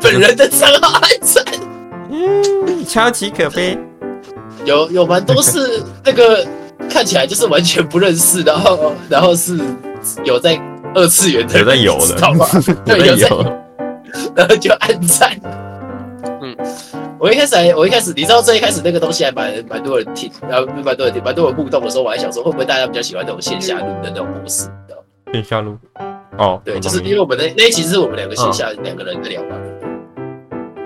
Speaker 3: 本人的账号按赞。
Speaker 5: 嗯，超级可悲。
Speaker 3: 有有蛮多是那个看看起来就是完全不认识，然后然后是有在二次元的，
Speaker 5: 有在游的
Speaker 3: 你知道吗？
Speaker 5: 有
Speaker 3: 对，有在
Speaker 5: 有
Speaker 3: 游，然后就暗赞。
Speaker 4: 嗯，
Speaker 3: 我一开始还，我一开始，你知道最一开始那个东西还蛮蛮多人听，然后蛮多人听，蛮多人互动的时候，我还想说会不会大家比较喜欢那种线下录的那种模式，你知道吗？
Speaker 5: 线下路。 哦，
Speaker 3: 对，
Speaker 5: 我
Speaker 3: 就
Speaker 5: 懂
Speaker 3: 是
Speaker 5: 你
Speaker 3: 因为我们
Speaker 6: 嗯
Speaker 3: 那那一集是我们两个线下两个人在聊嘛，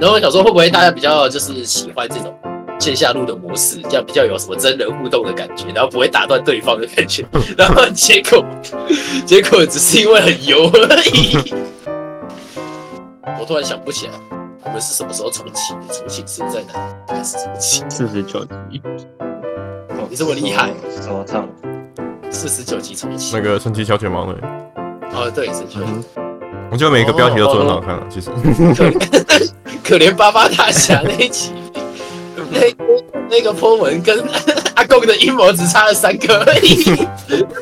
Speaker 3: 然后我想说会不会大家比较就是喜欢这种线下录的模式，这样比较有什么真人互动的感觉，然后不会打断对方的感 觉，然后结果结果只是因为很油而已。 我突然想不起来，我们是什么时候重启的？重启是在哪？应该是重启，
Speaker 6: 四十九集，
Speaker 3: 哦你这么厉害，
Speaker 1: 怎么唱？
Speaker 3: 四十九集重启
Speaker 5: 那。个神奇小卷毛的，
Speaker 3: 哦，对，是九集
Speaker 5: 我觉得每一个标题都做得很好看了。其实，
Speaker 3: 可怜巴巴大侠那一集，
Speaker 5: 嗯
Speaker 3: 那那个波文跟阿贡的阴谋只差了三个而已，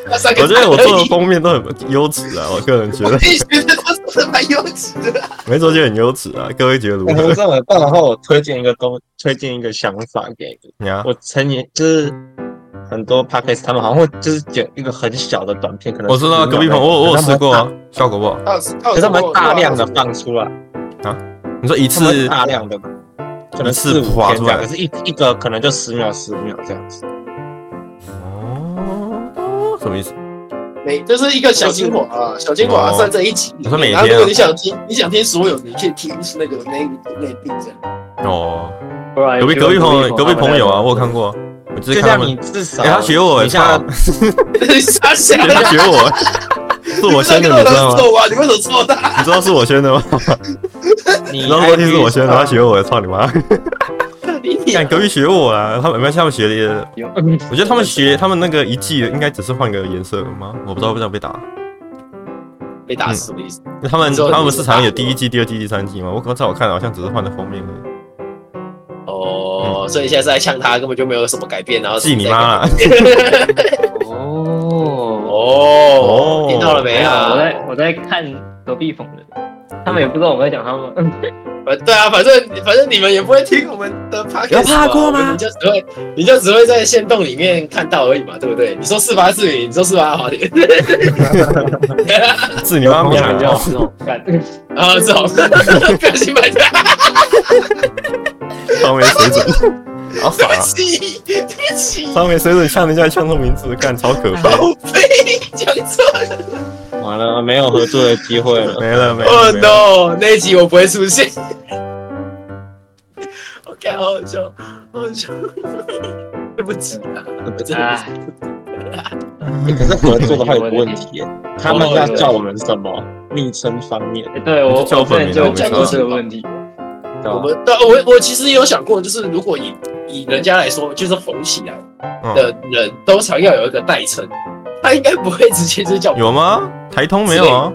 Speaker 3: 那三个
Speaker 5: 我觉得我做的
Speaker 3: 风，
Speaker 5: 封面都很优质啊，我个人觉 得
Speaker 3: 我，也觉得他是蛮幼稚的。
Speaker 5: 没错就很优质啊。各位觉得如
Speaker 6: 我
Speaker 5: 何？
Speaker 6: 这么办，然后我推荐一个东，推荐一个想法给你。
Speaker 5: 你啊，
Speaker 6: 我曾经就是很多 podcast 他们好像会就是剪一个很小的短片，可能
Speaker 5: 我知道啊
Speaker 6: 10
Speaker 5: 隔壁棚，
Speaker 6: 秒
Speaker 5: 我我有
Speaker 6: 可是
Speaker 5: 试
Speaker 6: 他们
Speaker 5: 过
Speaker 6: 大
Speaker 5: 啊，效果不 好。
Speaker 6: 可是他们大量的放出来，
Speaker 5: 你说一
Speaker 6: 他们
Speaker 5: 次
Speaker 6: 大量的，可能
Speaker 5: 一次
Speaker 6: 四五
Speaker 5: 划
Speaker 6: 天
Speaker 5: 出
Speaker 6: 这样，
Speaker 5: 来
Speaker 6: 可是一一个可能就十秒、十五秒这样子。
Speaker 5: 哦，什么意思？
Speaker 3: 每就是一个小精华啊，小精华算在一起。
Speaker 5: 你哦说每
Speaker 3: 然后如
Speaker 5: 天啊
Speaker 3: 果你想听，你想听所有，你去听那个那那地这样。
Speaker 5: 哦，
Speaker 1: 不然
Speaker 5: 隔壁隔壁朋友隔壁朋友啊，我有看
Speaker 1: 过。
Speaker 5: 过啊，我就是看
Speaker 6: 就
Speaker 5: 他
Speaker 6: 像
Speaker 5: 们
Speaker 6: 你，至少
Speaker 5: 哎，他学我，
Speaker 6: 你
Speaker 5: 操
Speaker 6: 像，
Speaker 3: 傻笑
Speaker 5: 人家学我，是我先 的，你知道吗？
Speaker 3: 啊，你为什么这么大？
Speaker 5: 你知道是我先的吗？
Speaker 6: 你
Speaker 5: 你知道问题是我先的，他学我，操你妈！
Speaker 3: 你
Speaker 5: 敢隔壁学我啊？他们没关系，他们学的，
Speaker 1: 嗯
Speaker 5: 我觉得他们学他们那个一季应该只是换个颜色吗？我不知道会不会被打。
Speaker 3: 被打死什么意思？
Speaker 5: 他们
Speaker 3: 你说
Speaker 5: 他们
Speaker 3: 你
Speaker 5: 市场有第一季、第二季、第三季吗？我刚才我看好像只是换了封面而已。
Speaker 3: 哦，所以现在是在呛他，根本就没有什么改变， 然后
Speaker 5: 记你妈啊啦！
Speaker 1: 哦，
Speaker 3: 哦
Speaker 5: 哦，
Speaker 3: 听到了没啊？
Speaker 1: 我在我在看隔壁棚的，他们也不知道我在讲他 们。
Speaker 3: 反对啊，反正反正你们也不会听我们的 podcast，
Speaker 5: 有怕过
Speaker 3: 嘛
Speaker 5: 吗
Speaker 3: 我们你就只会你就只会在线洞里面看到而已嘛，对不对？你说四八四零，你说四八华联，
Speaker 5: 是你妈
Speaker 1: 他
Speaker 5: 咪
Speaker 1: 们叫
Speaker 5: 啊！
Speaker 1: 这 种干，
Speaker 3: 然后这种表情板的
Speaker 5: 超没水准，好傻啊！
Speaker 3: 气，对不起，
Speaker 5: 超没水准，呛人家呛错名字，干超可悲。
Speaker 3: 好悲，讲错了。
Speaker 6: 完了没有合作的机会了。
Speaker 5: 没了没了
Speaker 3: 哦
Speaker 5: 没了，
Speaker 3: no，那一集我不会出现。我看好好笑，好好笑，对不起啊，我真的
Speaker 1: 哎，
Speaker 6: 可是合作的话有个问题耶，他们要叫我们什么昵称方面？
Speaker 1: 哎对我
Speaker 5: 你
Speaker 1: 我
Speaker 5: 是叫
Speaker 1: 之
Speaker 5: 本
Speaker 1: 前
Speaker 5: 名
Speaker 1: 就
Speaker 5: 啊
Speaker 1: 讲
Speaker 3: 没
Speaker 1: 过这
Speaker 3: 错
Speaker 1: 个问题。
Speaker 6: 对
Speaker 3: 我
Speaker 6: 吧
Speaker 3: 们对我我其实也有想过，就是如果以以人家来说，就是红起来
Speaker 5: 嗯
Speaker 3: 的人，通常要有一个代称，他应该不会直接就叫
Speaker 5: 有吗？台通没有啊？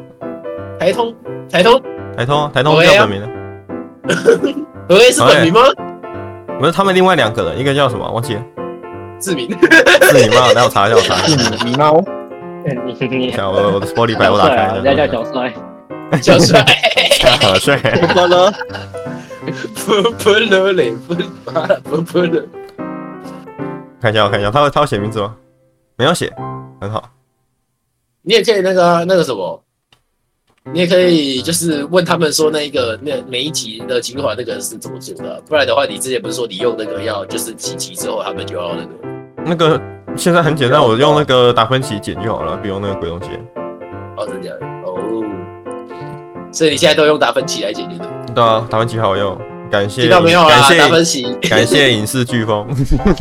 Speaker 3: 台通台通，
Speaker 5: 台通啊台通
Speaker 3: 我
Speaker 5: 叫
Speaker 3: 也要
Speaker 5: 本名的，
Speaker 3: 何谓是本名吗？
Speaker 5: 不是他们另外两个人，一个叫什么忘记了，
Speaker 3: 志明，
Speaker 5: 是你妈，让我查一下，我查一下，
Speaker 6: 嗯猫，
Speaker 1: 哎你你
Speaker 5: 等一下我我的 Spotify
Speaker 1: 小
Speaker 5: 我打
Speaker 1: 帅 啊，人
Speaker 5: 开
Speaker 1: 家
Speaker 5: 一
Speaker 1: 叫
Speaker 5: 下，
Speaker 1: 小帅，
Speaker 3: 小帅，
Speaker 5: 好帅，
Speaker 6: 不过呢，
Speaker 3: 不不了嘞，不不不了，
Speaker 5: 看一下我
Speaker 3: 嗯
Speaker 5: 看一下，他会他会写名字吗？没有写，很好，
Speaker 3: 你也可以那个啊那个什么。你也可以，就是问他们说那一个那每一集的精华那个是怎么做的啊、不然的话，你之前不是说你用那个要就是几集之后他们就要那个
Speaker 5: 那个现在很简单，我用那个达芬奇剪就好了，不用那个鬼东西，
Speaker 3: 哦，真的假的？哦，所以你现在都用达芬奇来解决的，
Speaker 5: 对啊，达芬奇好用，感谢
Speaker 3: 听到没有
Speaker 5: 感
Speaker 3: 啦？达
Speaker 5: 谢
Speaker 3: 芬奇，
Speaker 5: 感谢影视飓风，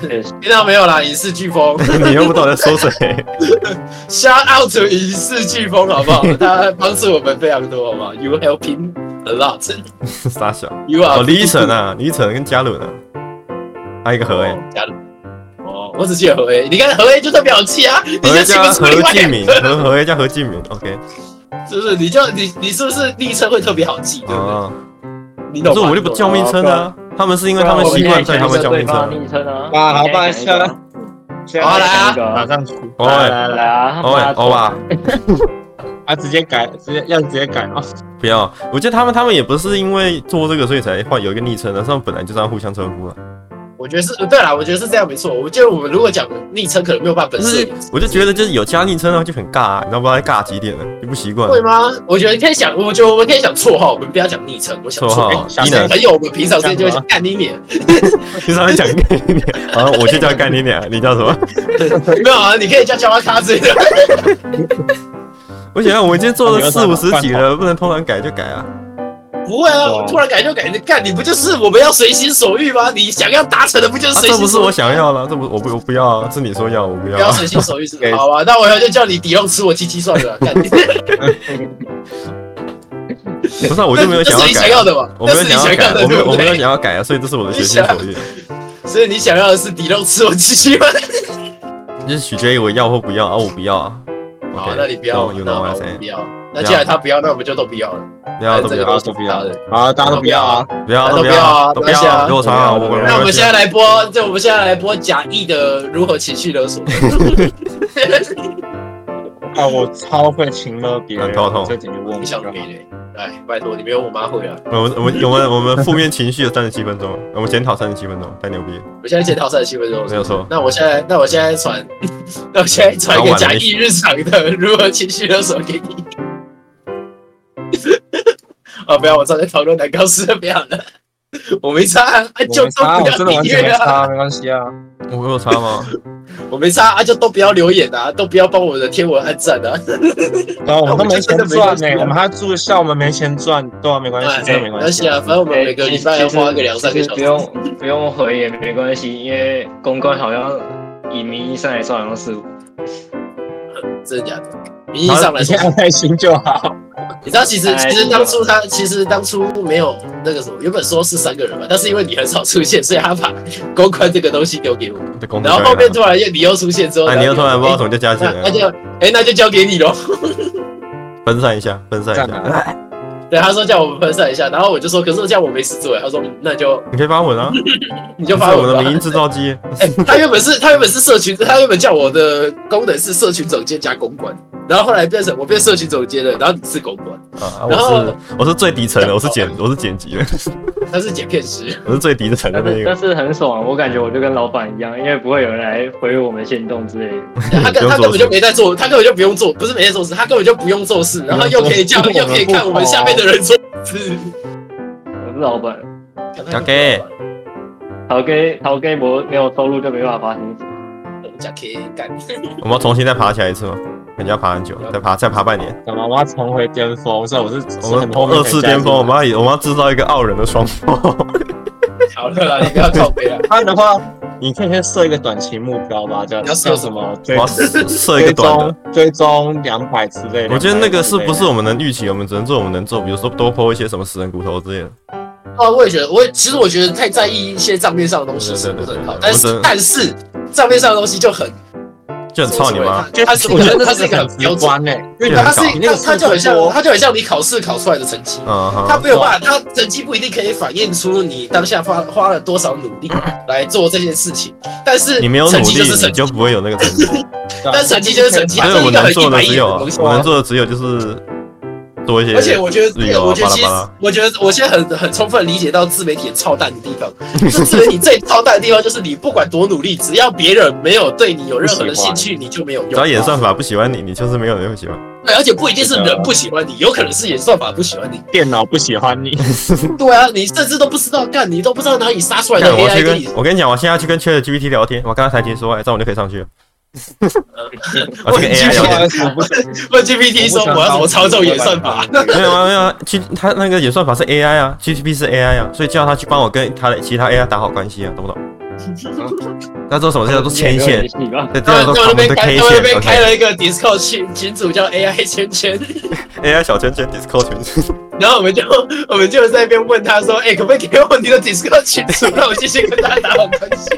Speaker 1: 确实
Speaker 3: 听到没有啦？影视飓风
Speaker 5: 你又不懂在说谁，
Speaker 3: ，shout out to 影视飓风，好不好？他帮助我们非常多，好不好？You helping a lot.
Speaker 5: 傻小。
Speaker 3: You are
Speaker 5: 哦，李晨啊，李晨跟嘉伦啊，还有一个何哎
Speaker 3: 哦，，假的哦，我只记得何 A，你看何 A 就代表气啊，你
Speaker 5: 何
Speaker 3: 就
Speaker 5: 哎
Speaker 3: 记
Speaker 5: 叫
Speaker 3: 不出
Speaker 5: 何
Speaker 3: 另外
Speaker 5: 敬
Speaker 3: 两
Speaker 5: 明，
Speaker 3: 个，
Speaker 5: 何何哎叫何敬明，OK，
Speaker 3: 是不是？你就你你是不是昵称会特别好记，对不对？
Speaker 5: 哦，
Speaker 3: 你
Speaker 5: 可
Speaker 3: 懂
Speaker 5: 是我
Speaker 3: 吗？
Speaker 5: 们就不叫名称啊，他们是因为他们习惯对他们叫名称啊。
Speaker 1: 昵称 啊。
Speaker 6: 哇好棒
Speaker 1: 你现在讲
Speaker 3: 好来啊
Speaker 1: 一个
Speaker 6: 马
Speaker 1: 啊，
Speaker 6: 上出，
Speaker 5: 喂
Speaker 6: 来来
Speaker 1: 来
Speaker 6: 来，
Speaker 1: 啊，
Speaker 5: 哦哎，欧巴，
Speaker 6: 啊，直接改，直接要直接改哦，
Speaker 5: 不要，我觉得他们他们也不是因为做这个所以才换有一个昵称的，他们本来就这样互相称呼了。
Speaker 3: 我我觉得是对啦，我觉得是这样没错。我觉得我们如果讲昵称，可能没有办法
Speaker 5: 就
Speaker 3: 粉饰
Speaker 5: 是我就觉得就是有加昵称的话就很尬、你知道不知道在尬几点了，就不习惯。
Speaker 3: 会吗？我觉得可以想，我觉得我们可以想绰号，我们不要讲昵称，我想哎
Speaker 5: 绰
Speaker 3: 号。
Speaker 5: 号
Speaker 6: 想
Speaker 5: 一
Speaker 6: 对
Speaker 5: 能
Speaker 6: 想，
Speaker 3: 朋友，我们平常之间就会想干你脸，
Speaker 5: 经常会讲概念，好，我就叫概念啊，你叫什么？
Speaker 3: 没有啊？你可以叫小花咖之类的。
Speaker 5: 我想想，我们今天做了四五十集了，不能通常改就改啊。
Speaker 3: 不会
Speaker 5: 哦
Speaker 3: 啊，我突然改就改，你干你不就是我们要随心所欲吗？你想要达成的不就是
Speaker 5: 啊
Speaker 3: 随
Speaker 5: 这不
Speaker 3: 心
Speaker 5: 是
Speaker 3: 所
Speaker 5: 我
Speaker 3: 欲？
Speaker 5: 想要了，这不我不我不要啊，是你说要我不
Speaker 3: 不
Speaker 5: 要
Speaker 3: 要
Speaker 5: 啊。
Speaker 3: 随心所欲是
Speaker 4: 给
Speaker 3: 好吧？那我以后就叫你抵用吃我鸡鸡算了，干你。
Speaker 5: 不是啊，我就没有想
Speaker 3: 这
Speaker 5: 要
Speaker 3: 是你想
Speaker 5: 改
Speaker 3: 要
Speaker 5: 啊，
Speaker 3: 的嘛？
Speaker 5: 我没有
Speaker 3: 这是你
Speaker 5: 想
Speaker 3: 想
Speaker 5: 要改
Speaker 3: 要 的，
Speaker 5: 啊，我没有
Speaker 3: 对不
Speaker 5: 我没有
Speaker 3: 对
Speaker 5: 想要改啊，所以这是我的随心所欲，
Speaker 3: 所以你想要的是抵用吃我鸡鸡吗？
Speaker 5: 就是取决于我要或不要啊，我不要啊。
Speaker 3: 好，那你不要，
Speaker 5: 有哦
Speaker 3: 那
Speaker 5: 哪
Speaker 3: 好，
Speaker 5: 位
Speaker 3: 我
Speaker 5: 谁
Speaker 3: 不？要。那既然他不要，那我们就都不要了。
Speaker 5: 不要都不
Speaker 3: 这个
Speaker 5: 要
Speaker 3: 都
Speaker 6: 大
Speaker 3: 是
Speaker 6: 家
Speaker 3: 不
Speaker 6: 不
Speaker 3: 要
Speaker 6: 要
Speaker 3: 的
Speaker 6: 的，好，大家都不要啊！
Speaker 5: 不要
Speaker 3: 都
Speaker 5: 都
Speaker 3: 不
Speaker 5: 不
Speaker 3: 要啊
Speaker 5: 要都不
Speaker 3: 没关系啊
Speaker 5: 要，给我尝啊！我
Speaker 3: 那我们现在来播，这我们现在来播假意的如何情绪勒索。
Speaker 6: 啊，我超会情勒别人
Speaker 5: 很头痛，
Speaker 6: 这点就问
Speaker 3: 你
Speaker 6: 我就
Speaker 3: 想
Speaker 6: 好
Speaker 3: 没。 嘞？哎，拜托你没有我妈会啊！
Speaker 5: 我们我们我们我们负面情绪有三十七分钟，我们检讨三十七分钟，太牛逼了，
Speaker 3: 我现在检讨三十七分钟，
Speaker 5: 没有错。
Speaker 3: 那我现在，那我现在传， 那我现在传一个假意日常的如何情绪勒索给你。 啊，不要，我正在讨论男高师的表了。 我没差啊， 啊
Speaker 6: 我
Speaker 3: 就
Speaker 6: 没
Speaker 3: 都
Speaker 6: 差，我真
Speaker 3: 不
Speaker 6: 的
Speaker 3: 要
Speaker 6: 完
Speaker 3: 订
Speaker 6: 全
Speaker 3: 阅
Speaker 6: 没
Speaker 3: 啊，
Speaker 6: 差，没关系啊。
Speaker 5: 我有差吗？
Speaker 3: 我没差啊，就都不要留言啊，都不要帮我的贴文按赞啊。
Speaker 6: 然后我们都没钱
Speaker 3: 那我们就真的没
Speaker 6: 赚呢
Speaker 3: 关系啊，
Speaker 6: 我们还住校，我们没钱赚，对啊，没关
Speaker 3: 哎
Speaker 6: 系，真的没关
Speaker 3: 而
Speaker 6: 系
Speaker 3: 且
Speaker 6: 啊。
Speaker 3: 啊，反正我们每个礼拜要花个两三个
Speaker 1: 哎其实
Speaker 3: 小
Speaker 1: 不
Speaker 3: 时。
Speaker 1: 用不用回也没关系，因为公关好像以名义上来说好像是
Speaker 3: 真的假的？名义上来
Speaker 6: 你
Speaker 3: 说，
Speaker 6: 看开心就好。
Speaker 3: 你知道其实
Speaker 1: 哎
Speaker 3: 其实当初他其实当初没有那个什么，原本说是三个人嘛，但是因为你很少出现，所以他把公关这个东西丢给我。
Speaker 5: 的工作
Speaker 3: 然后后面突然又你又出现之后，
Speaker 5: 哎，你又突然不知道怎
Speaker 3: 么，
Speaker 5: 么就加进
Speaker 3: 那那
Speaker 5: 来了，
Speaker 3: 就哎那就交给你喽。
Speaker 5: 分散一下，分散一
Speaker 6: 赞
Speaker 5: 下，
Speaker 6: 啊！
Speaker 3: 对，他说叫我们分散一下，然后我就说，可是这样我没事做。他说嗯那就
Speaker 5: 你可以发文啊，
Speaker 3: 你
Speaker 5: 这
Speaker 3: 就是发
Speaker 5: 我
Speaker 3: 我
Speaker 5: 们的
Speaker 3: 吧
Speaker 5: 民。营制造 机，
Speaker 3: 哎，他原本是他原本是社群，他原本叫我的功能是社群总监加公关，然后后来变成我变社群总监了，然后你是公关，
Speaker 5: 啊，
Speaker 3: 然后
Speaker 5: 我是我是最底层的，我是 剪我是剪辑的，
Speaker 3: 他是剪片师。
Speaker 5: 我是最底层的
Speaker 1: 但
Speaker 5: 那
Speaker 1: 是但
Speaker 5: 个，
Speaker 1: 是很爽，我感觉我就跟老板一样，因为不会有人来回我们限动之类的。
Speaker 3: 他根他根本就没在做，他根本就不用做，不是没在做事，他根本就不用做事，然后又可以叫，又可以看我们下面的人做事。
Speaker 1: 我是老板，
Speaker 5: 交给
Speaker 1: 陶给陶给博没有收入就没办法发薪水。
Speaker 3: 加 K 干，
Speaker 5: 我们要重新再爬起来一次吗？人家爬很久，再爬再爬半年，
Speaker 6: 干嘛？啊我要重回巅峰，我说我是
Speaker 5: 我
Speaker 6: 很
Speaker 5: 们
Speaker 6: 后面
Speaker 5: 二
Speaker 6: 才
Speaker 5: 次
Speaker 6: 加入
Speaker 5: 巅峰，我们要以我们要制造一个傲人的双峰。
Speaker 3: 好了啦，你不要靠背啊。
Speaker 6: 不然的话，你可以先设一个短期目标吧，叫
Speaker 3: 你要设
Speaker 6: 叫
Speaker 3: 什
Speaker 6: 什
Speaker 3: 么
Speaker 6: 么？追
Speaker 5: 我要设一
Speaker 6: 追
Speaker 5: 个短的
Speaker 6: 踪。追踪两百之类的。
Speaker 5: 我觉得那个是
Speaker 6: 200之类的
Speaker 5: 不是我们能预期，我们只能做我们能做，比如说多剖一些什么死人骨头之类的。
Speaker 3: 哦，我也觉得，我也其实我觉得太在意一些账面上的东西是不是很好，但是但是账面上的东西就很
Speaker 5: 就很操你妈！
Speaker 6: 就
Speaker 3: 他是
Speaker 6: 我觉得
Speaker 3: 他是
Speaker 6: 那是
Speaker 3: 一
Speaker 6: 一
Speaker 3: 个
Speaker 6: 个
Speaker 3: 很
Speaker 6: 很
Speaker 3: 标
Speaker 6: 直
Speaker 3: 准，
Speaker 6: 观诶、
Speaker 5: 因为
Speaker 3: 他
Speaker 5: 很
Speaker 3: 是
Speaker 5: 少
Speaker 6: 你那个
Speaker 3: 他就很
Speaker 6: 数
Speaker 3: 像
Speaker 6: 多
Speaker 3: 他就很像你考试考出来的成绩。
Speaker 5: 嗯
Speaker 3: 他
Speaker 5: 哼，
Speaker 3: 没有办法，他成绩不一定可以反映出你当下花花了多少努力来做这件事情，但是
Speaker 5: 你没有努
Speaker 3: 成绩
Speaker 5: 力
Speaker 3: 就是，成
Speaker 5: 你
Speaker 3: 绩，
Speaker 5: 就不会有那个成绩。
Speaker 6: 对啊
Speaker 3: 但成绩就是成绩，
Speaker 5: 所
Speaker 3: 它
Speaker 5: 以
Speaker 3: 是
Speaker 5: 我
Speaker 3: 一个
Speaker 5: 能
Speaker 3: 很
Speaker 5: 做
Speaker 3: 一
Speaker 5: 的
Speaker 3: 板一
Speaker 5: 只
Speaker 3: 眼
Speaker 5: 有，
Speaker 3: 的东西。
Speaker 5: 我能做的只有就是多一些。
Speaker 3: 而且我觉得
Speaker 5: 旅，游啊
Speaker 3: 我觉得
Speaker 5: 巴拉
Speaker 3: 其实
Speaker 5: 巴拉，
Speaker 3: 我觉得我现在很很充分理解到自媒体很操蛋的地方。就自媒体最操蛋的地方就是你不管多努力，只要别人没有对你有任何的兴趣，你就没有用。
Speaker 5: 只要演算法不喜欢你，你就是没有人会喜欢。
Speaker 3: 对，而且不一定是人不喜欢你，有可能是演算法不喜欢你。
Speaker 6: 电脑不喜欢你，
Speaker 3: 对啊，你甚至都不知道干，你都不知道哪里杀出来的
Speaker 5: 干我
Speaker 3: AI
Speaker 5: 去
Speaker 3: 给你
Speaker 5: 跟，我跟你讲，我现在要去跟 Chat GPT 聊天，我刚刚才听说，哎，这样我就可以上去了。 我去跟 AI 聊天，
Speaker 6: 我不是
Speaker 3: 问 GPT 说我要怎么操纵演算法？？
Speaker 5: 没有啊没有啊，其他那个演算法是 AI 啊，GTP 是 AI 啊，所以叫他去帮我跟他的其他 AI 打好关系啊，懂不懂？那做什么事叫做牵线？
Speaker 1: 你吧，
Speaker 5: 对，
Speaker 3: 他
Speaker 5: 叫
Speaker 3: 们
Speaker 5: 做
Speaker 3: 他们那边开，他们那边开
Speaker 5: communication，OK，AI
Speaker 3: 了一个 Discord 群群组叫 AI 圈圈，
Speaker 5: 小圈圈 Discord 群，
Speaker 3: 然后我们就 我们就在那边问他说，哎、可不可以给我你的 Discord 群组，让我继续跟大家打好关系？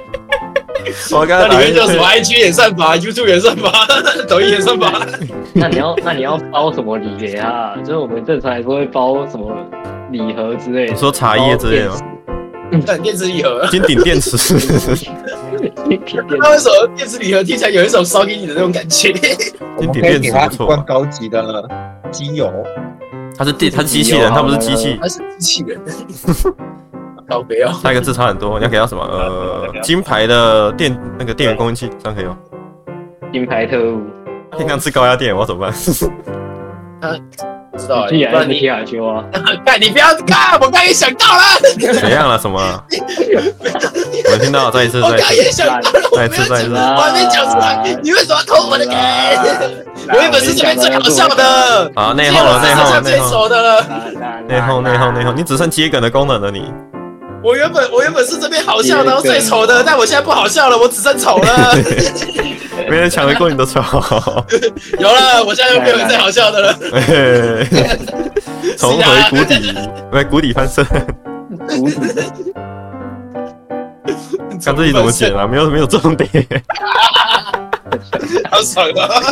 Speaker 5: 我刚
Speaker 3: 那
Speaker 5: 刚
Speaker 3: 里
Speaker 5: 打
Speaker 3: 面
Speaker 5: 一
Speaker 3: 就有
Speaker 5: 堆
Speaker 3: 什么 IG 演算法、YouTube 演算法、 抖音演算法，
Speaker 1: 那你要那你要包什么礼给他？就是我们正常来说会包什么礼盒之类
Speaker 5: 你
Speaker 1: 的，
Speaker 5: 说茶叶之类的吗？
Speaker 3: 哦看电池礼盒。
Speaker 5: 金顶电池，
Speaker 3: 他为什么电池礼盒听起来有一种烧给你的那种感觉？
Speaker 6: 我
Speaker 5: 金
Speaker 6: 们
Speaker 5: 顶
Speaker 6: 可以
Speaker 5: 电
Speaker 6: 给
Speaker 5: 池
Speaker 6: 他哦
Speaker 5: 不
Speaker 6: 一
Speaker 5: 错
Speaker 6: 罐
Speaker 5: 吧。
Speaker 6: 高级的机油，
Speaker 5: 它是电，它是机器人，它不是机器。
Speaker 3: 他是机器人，高杯哦，
Speaker 5: 那个字差很多。你要给他什么？呃，金牌的电那个电源供应器，这样可以吗？
Speaker 1: 金牌特务，
Speaker 6: 哦
Speaker 5: 平常吃高压电，我要 怎么办？
Speaker 3: 不知道啊，
Speaker 1: 既
Speaker 3: 不
Speaker 1: 然
Speaker 3: 然
Speaker 1: 是皮
Speaker 3: 你
Speaker 1: 卡丘啊，
Speaker 3: 看你不要看，我刚也想到了，
Speaker 5: 怎样了？什么啊？我们听到，再一次，
Speaker 3: 我
Speaker 5: 再一
Speaker 3: 刚
Speaker 5: 次，
Speaker 3: 也想到了，我没有讲，我还没讲出来，你为什么要偷 我的梗？我原本是这边最好笑的，
Speaker 5: 好，
Speaker 3: 结
Speaker 5: 内讧
Speaker 3: 果
Speaker 5: 了，内
Speaker 3: 是
Speaker 5: 讧了，
Speaker 3: 剩
Speaker 5: 内
Speaker 3: 最
Speaker 5: 讧，
Speaker 3: 熟的了。
Speaker 5: 内讧，内讧，内讧，你只剩接梗的功能了，你。
Speaker 3: 我原本我原本是这边好笑的，
Speaker 1: 对
Speaker 3: 然后最丑的，但我现在不好笑了，我只剩丑 了。
Speaker 5: 没人抢得过你的 丑。
Speaker 3: 有了，我现在又没有最好笑的了。
Speaker 5: 嘿
Speaker 6: 啊
Speaker 5: 重回谷底，不是谷底翻身。
Speaker 1: 无敌
Speaker 5: 看自己怎 么剪啊，没有没有重 点。
Speaker 3: 好爽啊！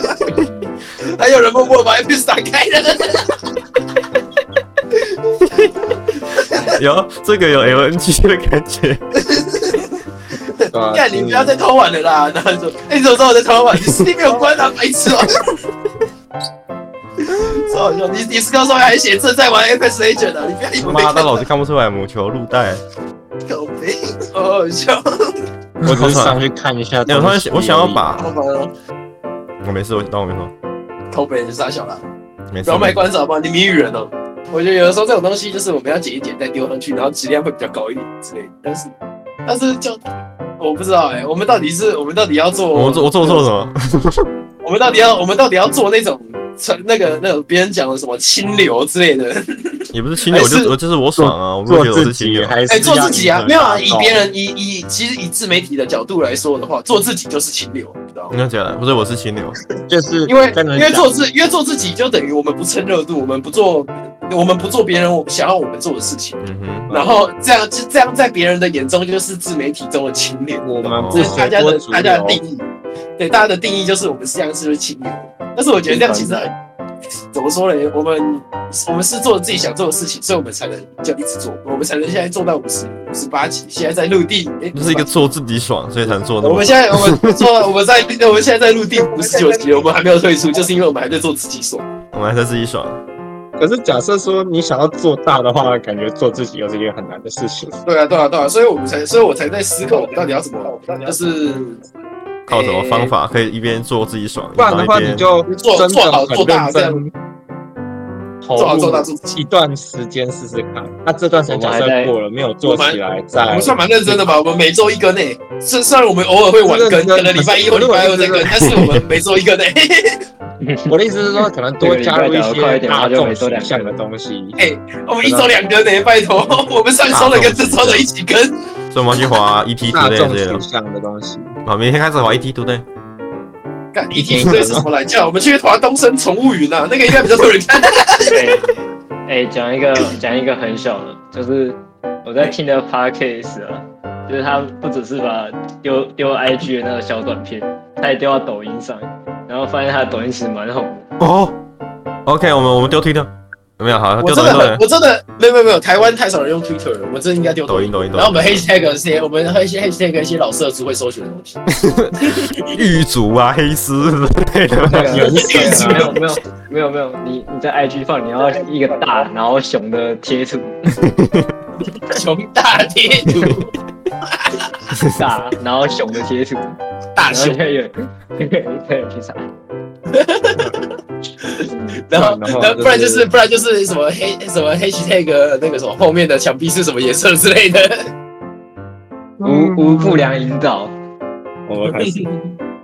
Speaker 3: 还有人默默把 F 打开了，
Speaker 5: 有这个有 LNG 的感觉，
Speaker 3: 看你不要再偷玩了啦！然后说，哎，你怎么知道我在偷玩？你是没有关啊，白痴哦！ 超好笑！你你是告诉我还写正在玩 F S Agent 的，你不要以为
Speaker 5: 妈的，老子看不出来母球入 袋。
Speaker 3: 狗屁，好好笑！
Speaker 6: 我只是上去看一下东
Speaker 5: 哎，
Speaker 6: 西。
Speaker 5: 我突然想我想要把，
Speaker 3: 好烦哦，
Speaker 5: 我没事，我当我没说，
Speaker 3: 偷别人就傻小了。
Speaker 5: 没事
Speaker 3: 不要。卖关子好不好？你谜语人哦。我觉得有的时候这种东西就是我们要剪一剪再丢上去，然后质量会比较高一点之类的。但是，但是就我不知道哎、我们到底是我们到底要做
Speaker 5: 我做我做错了什 么？
Speaker 3: 我们到底要我们到底要做那种传那个那种别人讲的什么清流之类的？
Speaker 5: 也不是清流，我就我就是我爽啊，我不
Speaker 6: 做
Speaker 5: 觉得我
Speaker 6: 自
Speaker 5: 是清
Speaker 6: 己
Speaker 5: 流。
Speaker 6: 还是
Speaker 3: 哎、做自己啊，没有啊，以别
Speaker 6: 人
Speaker 3: 人以以其实以自媒体的角度来说的话，做自己就是清流，你知道
Speaker 5: 你
Speaker 3: 吗？
Speaker 5: 要讲了，不是我是清流，
Speaker 6: 就是
Speaker 3: 因为
Speaker 6: 跟人
Speaker 3: 因为
Speaker 6: 讲
Speaker 3: 做自因为做自己就等于我们不蹭热度，我们不做我们不做别人想要我们做的事情。
Speaker 5: 嗯哼，
Speaker 3: 然后这样就这样，在别人的眼中就是自媒体中的清流，
Speaker 6: 我们
Speaker 5: 哦
Speaker 3: 这是
Speaker 6: 不随
Speaker 3: 大家
Speaker 6: 波
Speaker 3: 的
Speaker 6: 逐
Speaker 3: 大家的
Speaker 6: 流，
Speaker 3: 定义。对，大家的定义就是我们实际上是不是清流？但是我觉得这样其实很怎么说呢？我们我们是做自己想做的事情，所以我们才能就一直做，我们才能现在做到五十五十八集，现在在陆地，哎，
Speaker 5: 就是一个做自己爽，所以才能做那
Speaker 3: 我
Speaker 5: 么
Speaker 3: 们。现在我 们做我们在我们现在在陆地五十九集，我们还没有退出，就是因为我们还在做自己所。
Speaker 5: 我们还在自己爽，
Speaker 6: 可是假设说你想要做大的话，感觉做自己又是一件很难的事情。
Speaker 3: 对啊，对啊，对啊，所以我们才，所以我才在思考，我们到底要怎么，就是
Speaker 5: 靠什么方法可以一边做自己爽，
Speaker 6: 不然的话，
Speaker 5: 一
Speaker 6: 你
Speaker 5: 边
Speaker 6: 就
Speaker 3: 做
Speaker 6: 真
Speaker 3: 做好
Speaker 6: 的
Speaker 3: 做
Speaker 6: 很
Speaker 3: 大
Speaker 6: 认
Speaker 3: 这样
Speaker 6: 真投
Speaker 3: 做好做大
Speaker 6: 入
Speaker 3: 做自己。
Speaker 6: 一段时间试试看。那这段时间
Speaker 1: 我们
Speaker 6: 假
Speaker 1: 还在
Speaker 6: 设过了没有做起来，
Speaker 3: 我
Speaker 6: 再
Speaker 3: 们算蛮认真的吧？我们每周一更诶，虽虽然我们偶尔会晚更，
Speaker 6: 认真的
Speaker 3: 可能礼拜一或礼拜二再更，但是我们每周一更诶。
Speaker 6: 我的意思是说，可能多加入一些大众形象的东西。
Speaker 3: 哎我们一周两更诶，拜托，我们上周的跟这周的一起更。
Speaker 5: 所以我们要去滑 E ET
Speaker 6: 大
Speaker 5: 之类
Speaker 6: 众
Speaker 5: 之类
Speaker 6: 形
Speaker 5: 的。
Speaker 6: 象的东西，
Speaker 5: 好，明天开始滑 E ET 对不对？
Speaker 3: 干一天一堆是什么来叫？我们去华东升宠物云啊，那个应该比较多人看。
Speaker 1: 哎哎，讲一个讲一个很小的，就是我在听的
Speaker 3: 哎
Speaker 1: podcast 啊，就是他不只是把丢丢 IG 的那个小短片，他也丢到抖音上，然后发现他的抖音其实蛮红的。
Speaker 5: 哦，OK，我们我们丢推特，有没有？好，
Speaker 3: 我
Speaker 5: 丢
Speaker 3: 真
Speaker 5: 抖
Speaker 3: 的
Speaker 5: 音
Speaker 3: 很，
Speaker 5: 对
Speaker 3: 我真的没有没有没有，台湾太少人用 Twitter 了，我真的应该丢
Speaker 5: 抖音抖音抖
Speaker 3: 然后我们
Speaker 5: 音。
Speaker 3: hashtag 一些，我们 hashtag hashtag 一些老色族会搜寻的东西。
Speaker 5: 狱卒啊，黑丝之类的。
Speaker 1: 那个
Speaker 6: 原始
Speaker 1: 没有
Speaker 6: 啊
Speaker 1: 没有没有没有，你你在 IG 放，你要一个大然后熊的贴图，
Speaker 3: 熊大贴图，
Speaker 1: 大然后熊的贴图，
Speaker 3: 大
Speaker 1: 然后
Speaker 3: 熊
Speaker 1: 就，有可以去查。
Speaker 3: 然后
Speaker 6: 然后
Speaker 3: 然后不然就
Speaker 6: 就是
Speaker 3: 是不然就是什么黑什么 hashtag 那个什么后面的墙壁是什么颜色之类的。嗯
Speaker 1: 无无不良引导，
Speaker 6: 我们开始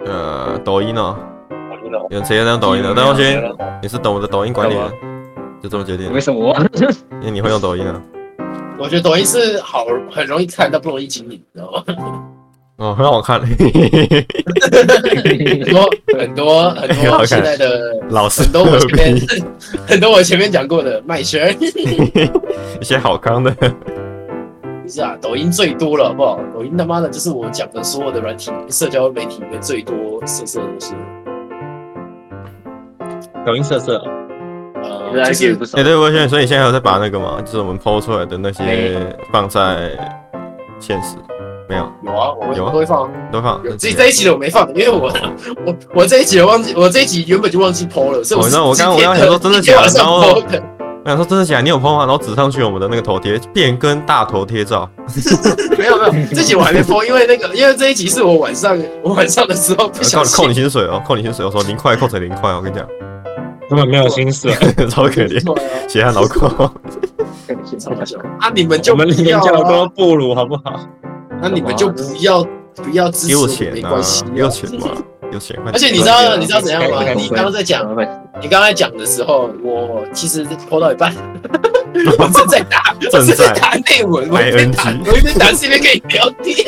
Speaker 5: 呃，抖音哦，有谁在用抖音的？邓浩
Speaker 3: 嗯
Speaker 5: 勋，你是懂我的抖音管理人，就这么决定
Speaker 1: 为。什 么？
Speaker 5: 因为你会用抖音啊。
Speaker 3: 我觉得抖音是好很容易看，但不容易经营，你知道吗？
Speaker 5: 哦，很好看，
Speaker 3: 很多很多很多
Speaker 5: 好看
Speaker 3: 现在的。
Speaker 5: 老师
Speaker 3: 很多 我前面 很多我前面讲过的卖身，
Speaker 5: 一些好康的。
Speaker 3: 不是啊，抖音最多了，好不好？抖音他妈的就是我讲的所有的软体社交媒体里面最多色色的东西。
Speaker 6: 抖音色色，
Speaker 3: 呃，
Speaker 1: 来
Speaker 3: 就
Speaker 1: 给
Speaker 3: 是
Speaker 1: 不少
Speaker 5: 哎，。对，我轩，所以你现在还有在把那个嘛，就是我们抛出来的那些放在现实，没有
Speaker 3: 有啊，我
Speaker 5: 有啊
Speaker 3: 我会放啊。
Speaker 5: 都放。
Speaker 3: 有这这一集的我没放，因为我我我这一集的忘记，我这一集原本就忘记 PO 了，所以
Speaker 5: 哦
Speaker 3: 我是
Speaker 5: 那我刚
Speaker 3: 今天
Speaker 5: 我刚想说真的假的
Speaker 3: 今天晚上
Speaker 5: 然后
Speaker 3: PO 的
Speaker 5: 我想说真的假的？你有 PO 吗？然后指上去我们的那个头贴，变更大头贴照。
Speaker 3: 没有没有，这集我还没播，因为那个因为这一集是我晚上我晚上的时候不小
Speaker 5: 扣扣
Speaker 3: 心
Speaker 5: 你薪水哦，扣你薪水，我说零块扣成零块，我跟你讲，
Speaker 6: 根本没有心 思。
Speaker 5: 超可 怜，
Speaker 3: 对啊
Speaker 5: 血汗劳工。
Speaker 3: 超搞笑啊！你们就
Speaker 6: 我
Speaker 3: 不
Speaker 6: 们连
Speaker 3: 要
Speaker 6: 教
Speaker 3: 啊
Speaker 6: 都不如，好不好？
Speaker 3: 那你们就不要不要支
Speaker 5: 给
Speaker 3: 持
Speaker 5: 我
Speaker 3: 我，
Speaker 5: 钱
Speaker 3: 没
Speaker 5: 呐、
Speaker 3: 关系、啊，
Speaker 5: 给我钱啊嘛，有钱快点。
Speaker 3: 而且你知道你知道怎样吗？你刚刚在讲，
Speaker 1: 会
Speaker 3: 你刚才讲的时候，我其实拖到一 半，我正在打，我
Speaker 5: 正在
Speaker 3: 正
Speaker 5: 哎
Speaker 3: 在打内文，我一边打
Speaker 5: ING
Speaker 3: 我一边打是一边跟你聊天。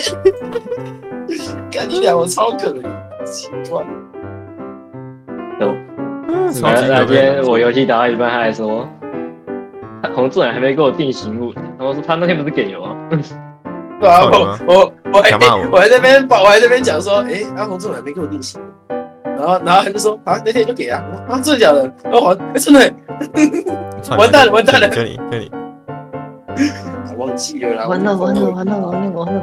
Speaker 3: 看你俩，我超可怜，奇怪，
Speaker 5: 嗯超
Speaker 1: 然后那
Speaker 5: 级有
Speaker 1: 天
Speaker 5: 钱
Speaker 1: 我游戏打到一半，他还说，他洪志远还没给我定型物，然后我说他那天不是给我吗？
Speaker 3: 对啊，
Speaker 5: 靠你妈
Speaker 3: 我我我还
Speaker 5: 想骂我
Speaker 3: 我还在那边我还在那边讲说，哎、阿红怎么还没给我定型？然后然后他就说啊，那天就给啊，我说啊，真的假的？然后我哎真的欸
Speaker 5: 操你妈
Speaker 3: 完蛋了完蛋了
Speaker 5: 这里这里，
Speaker 3: 啊忘记了啦，
Speaker 2: 完了完了完了完了完了！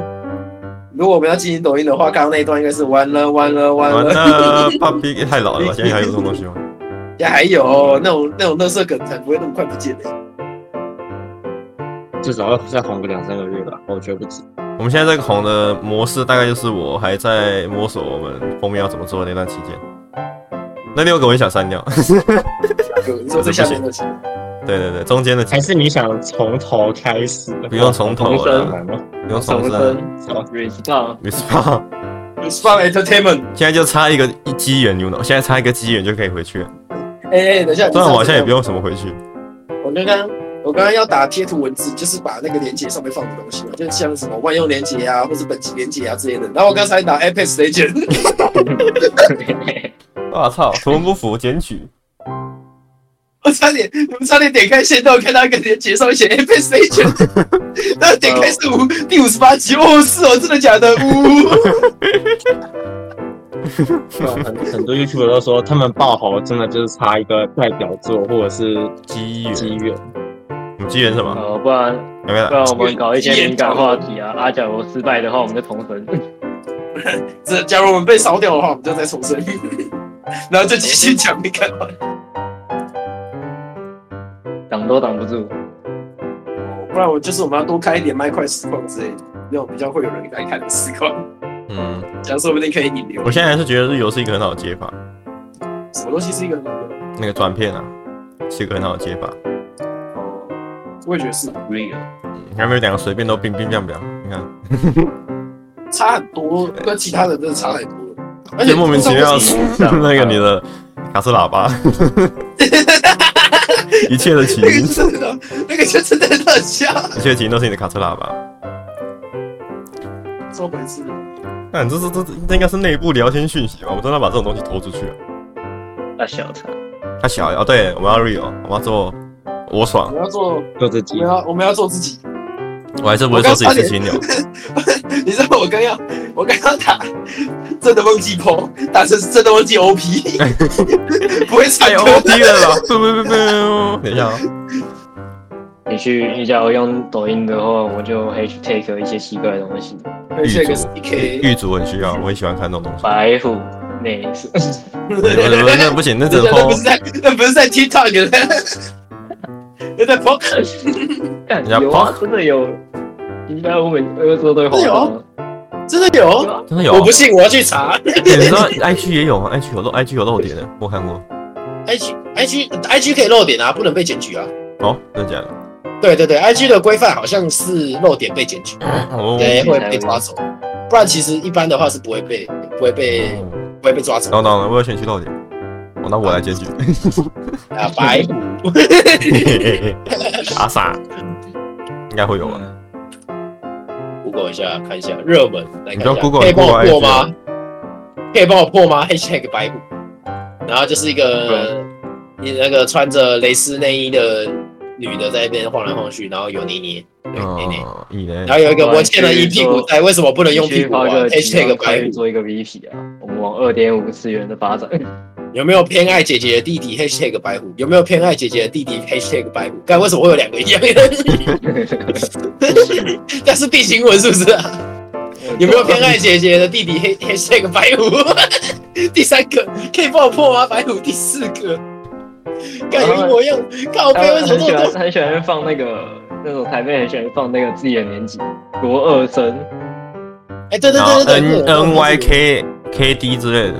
Speaker 3: 如果我们要进行抖音的话，刚刚那一段应该是完了完了完
Speaker 5: 完
Speaker 3: 了，
Speaker 5: 了，爸比太老了吧？现在还有这种东西吗？
Speaker 3: 也还有那种那种乐色梗才不会那么快不见的。
Speaker 6: 至少要再红个两三个月吧，我觉得不止。
Speaker 5: 我们现在这个红的模式，大概就是我还在摸索我们封面要怎么做的那段期间。那六个我也想删掉，
Speaker 3: 有你说这下面的
Speaker 5: 对对对，中间的
Speaker 6: 还是你想从头开始？
Speaker 5: 不用从头了，
Speaker 6: 难 吗？
Speaker 5: 不用重
Speaker 1: 重
Speaker 5: 生，
Speaker 1: 生
Speaker 6: 好
Speaker 1: r e s p o
Speaker 5: 没事吧？
Speaker 3: Spam Entertainment，
Speaker 5: 现在就差一个一机缘，你懂？现在差一个机缘就可以回去了。
Speaker 3: 哎、哎等一下，
Speaker 5: 虽然我好像也
Speaker 3: 你
Speaker 5: 不
Speaker 3: 知道
Speaker 5: 用什么回去，
Speaker 3: 怎么样，我刚刚我刚刚要打贴图文字，就是把那个连接上面放的东西嘛，就像什么万用连接啊，或是本集连接啊之类的。然后我刚才打 Apex Legend，
Speaker 5: 我操，图文不符检举，
Speaker 3: 我差点我们差点点开线动，看到一个连接上面写 Apex Legend，然后点开是五第五十八集，哦是哦，真的假的？呜、
Speaker 6: 啊很很多 YouTube 都说他们爆红真的就是差一个代表作或者是
Speaker 5: 机
Speaker 6: 机
Speaker 5: 缘，
Speaker 6: 缘。
Speaker 5: 你机缘什么？
Speaker 1: 哦，不然
Speaker 5: 有没有
Speaker 1: 不？然我们搞一些敏感话题啊。阿假如失败的话，我们就重生。
Speaker 3: 这假如我们被烧掉的话，我们就再重生，然后就继续讲你看话。
Speaker 1: 挡都挡不住。
Speaker 3: 不然我就是我们要多开一点麦块实况之类的，那种比较会有人来看的实况，
Speaker 5: 嗯，
Speaker 3: 这样说不定可以引流
Speaker 5: 我。现在还是觉得日游是一个很好的解法，
Speaker 3: 什么东西是一个
Speaker 5: 那个转片啊，是一个很好的解法。
Speaker 3: 哦，我也觉得是
Speaker 1: Real，
Speaker 5: 嗯你看没有两个随便都冰冰凉凉，你看，
Speaker 3: 差很多，跟其他人真的差很多。而且
Speaker 5: 就莫名其妙是那个你的卡式喇叭，一切的起
Speaker 3: 那个
Speaker 5: 因
Speaker 3: 就，真的，那个就真的很好笑，
Speaker 5: 一切的起因都是你的卡式喇叭。
Speaker 3: 怎么回事？
Speaker 5: 那你这是这这这应该是内部聊天讯息吧？我们真的把这种东西投出去了。
Speaker 1: 那小的。
Speaker 5: 他小哦，对，我们要 real，我们要做我
Speaker 3: 我
Speaker 5: 爽，
Speaker 3: 们要做，
Speaker 6: 就这
Speaker 3: 我
Speaker 6: 几
Speaker 3: 们要我们要做自己。
Speaker 5: 我还是不会说自己是金牛。
Speaker 3: 你知道我刚要我刚要打，真的忘记 PO，打成真的忘记 OP，不会唱
Speaker 5: 太
Speaker 3: 歌
Speaker 5: OP 了啦！不不不不，等一下哦，
Speaker 1: 你去，你假如用抖音的话，我就 hashtag 一些奇怪的东西，
Speaker 3: 而且个 CK，
Speaker 5: 狱卒很需要，我很喜欢看这种东西。
Speaker 1: 白虎内是，
Speaker 5: 不是不是那不行，那只
Speaker 3: 真
Speaker 5: 能
Speaker 3: 的那不
Speaker 5: 碰
Speaker 3: 是。在那不是在 TikTok 的，那在 p o
Speaker 1: 干
Speaker 5: 人家
Speaker 1: 有啊，真的有。一般我每二周都会滑到，
Speaker 3: 真的有？
Speaker 5: 真的有啊？
Speaker 3: 我不信，我要去查。
Speaker 5: 欸你知道 IG 也有吗？IG 有漏，IG 有漏点的，我看过。
Speaker 3: IG IG IG 可以漏点啊，不能被检举啊。
Speaker 5: 哦，真的假的？
Speaker 3: 对对对，IG 的规范好像是漏点被检举，
Speaker 5: 我
Speaker 3: 对，会被抓走。不然其实一般的话是不会被不会被
Speaker 5: 哦
Speaker 3: 不会被抓走
Speaker 5: 等等，我要选去漏点。哦，那我来检举。
Speaker 3: 啊。白虎，
Speaker 5: 阿傻，应该会有吧？
Speaker 3: ，Google 一下看一下热门，来看一
Speaker 5: 你不要
Speaker 3: 下，
Speaker 5: Google，
Speaker 3: 可以帮我
Speaker 5: 你
Speaker 3: 破
Speaker 5: Google
Speaker 3: 吗？可以帮我破吗？#hashtag 白虎，然后就是一个你那个穿着蕾丝内衣的女的在那边晃来晃去，然后有捏捏，对捏捏。
Speaker 5: 嗯，你呢
Speaker 3: 然？后有一个我欠了一屁股债，为什么不能用屁股啊哎
Speaker 1: 花
Speaker 3: 还
Speaker 1: 个
Speaker 3: ？#hashtag 白虎
Speaker 1: 去做一个 VP 啊，我们往二点五次元的发展。
Speaker 3: 有没有偏爱姐姐的弟弟？#hashtag 白虎有没有偏爱姐姐的弟弟？#hashtag 白虎该为什么会有两个一样的？但是 B 新闻是不是啊？ 有没有偏爱姐姐的弟弟黑 #hashtag 白虎？第三个可以爆破吗？白虎第四个干一模一样，靠
Speaker 1: 他
Speaker 3: 背为
Speaker 1: 们
Speaker 3: 什么
Speaker 1: 很喜
Speaker 3: 这么
Speaker 1: 欢
Speaker 3: 多？
Speaker 1: 很喜欢放那个那种台妹很喜欢放那个自己的年级国二生，
Speaker 3: 哎，对对
Speaker 5: 然后
Speaker 3: 对对
Speaker 5: N
Speaker 3: 对
Speaker 5: N Y K K D 之类的，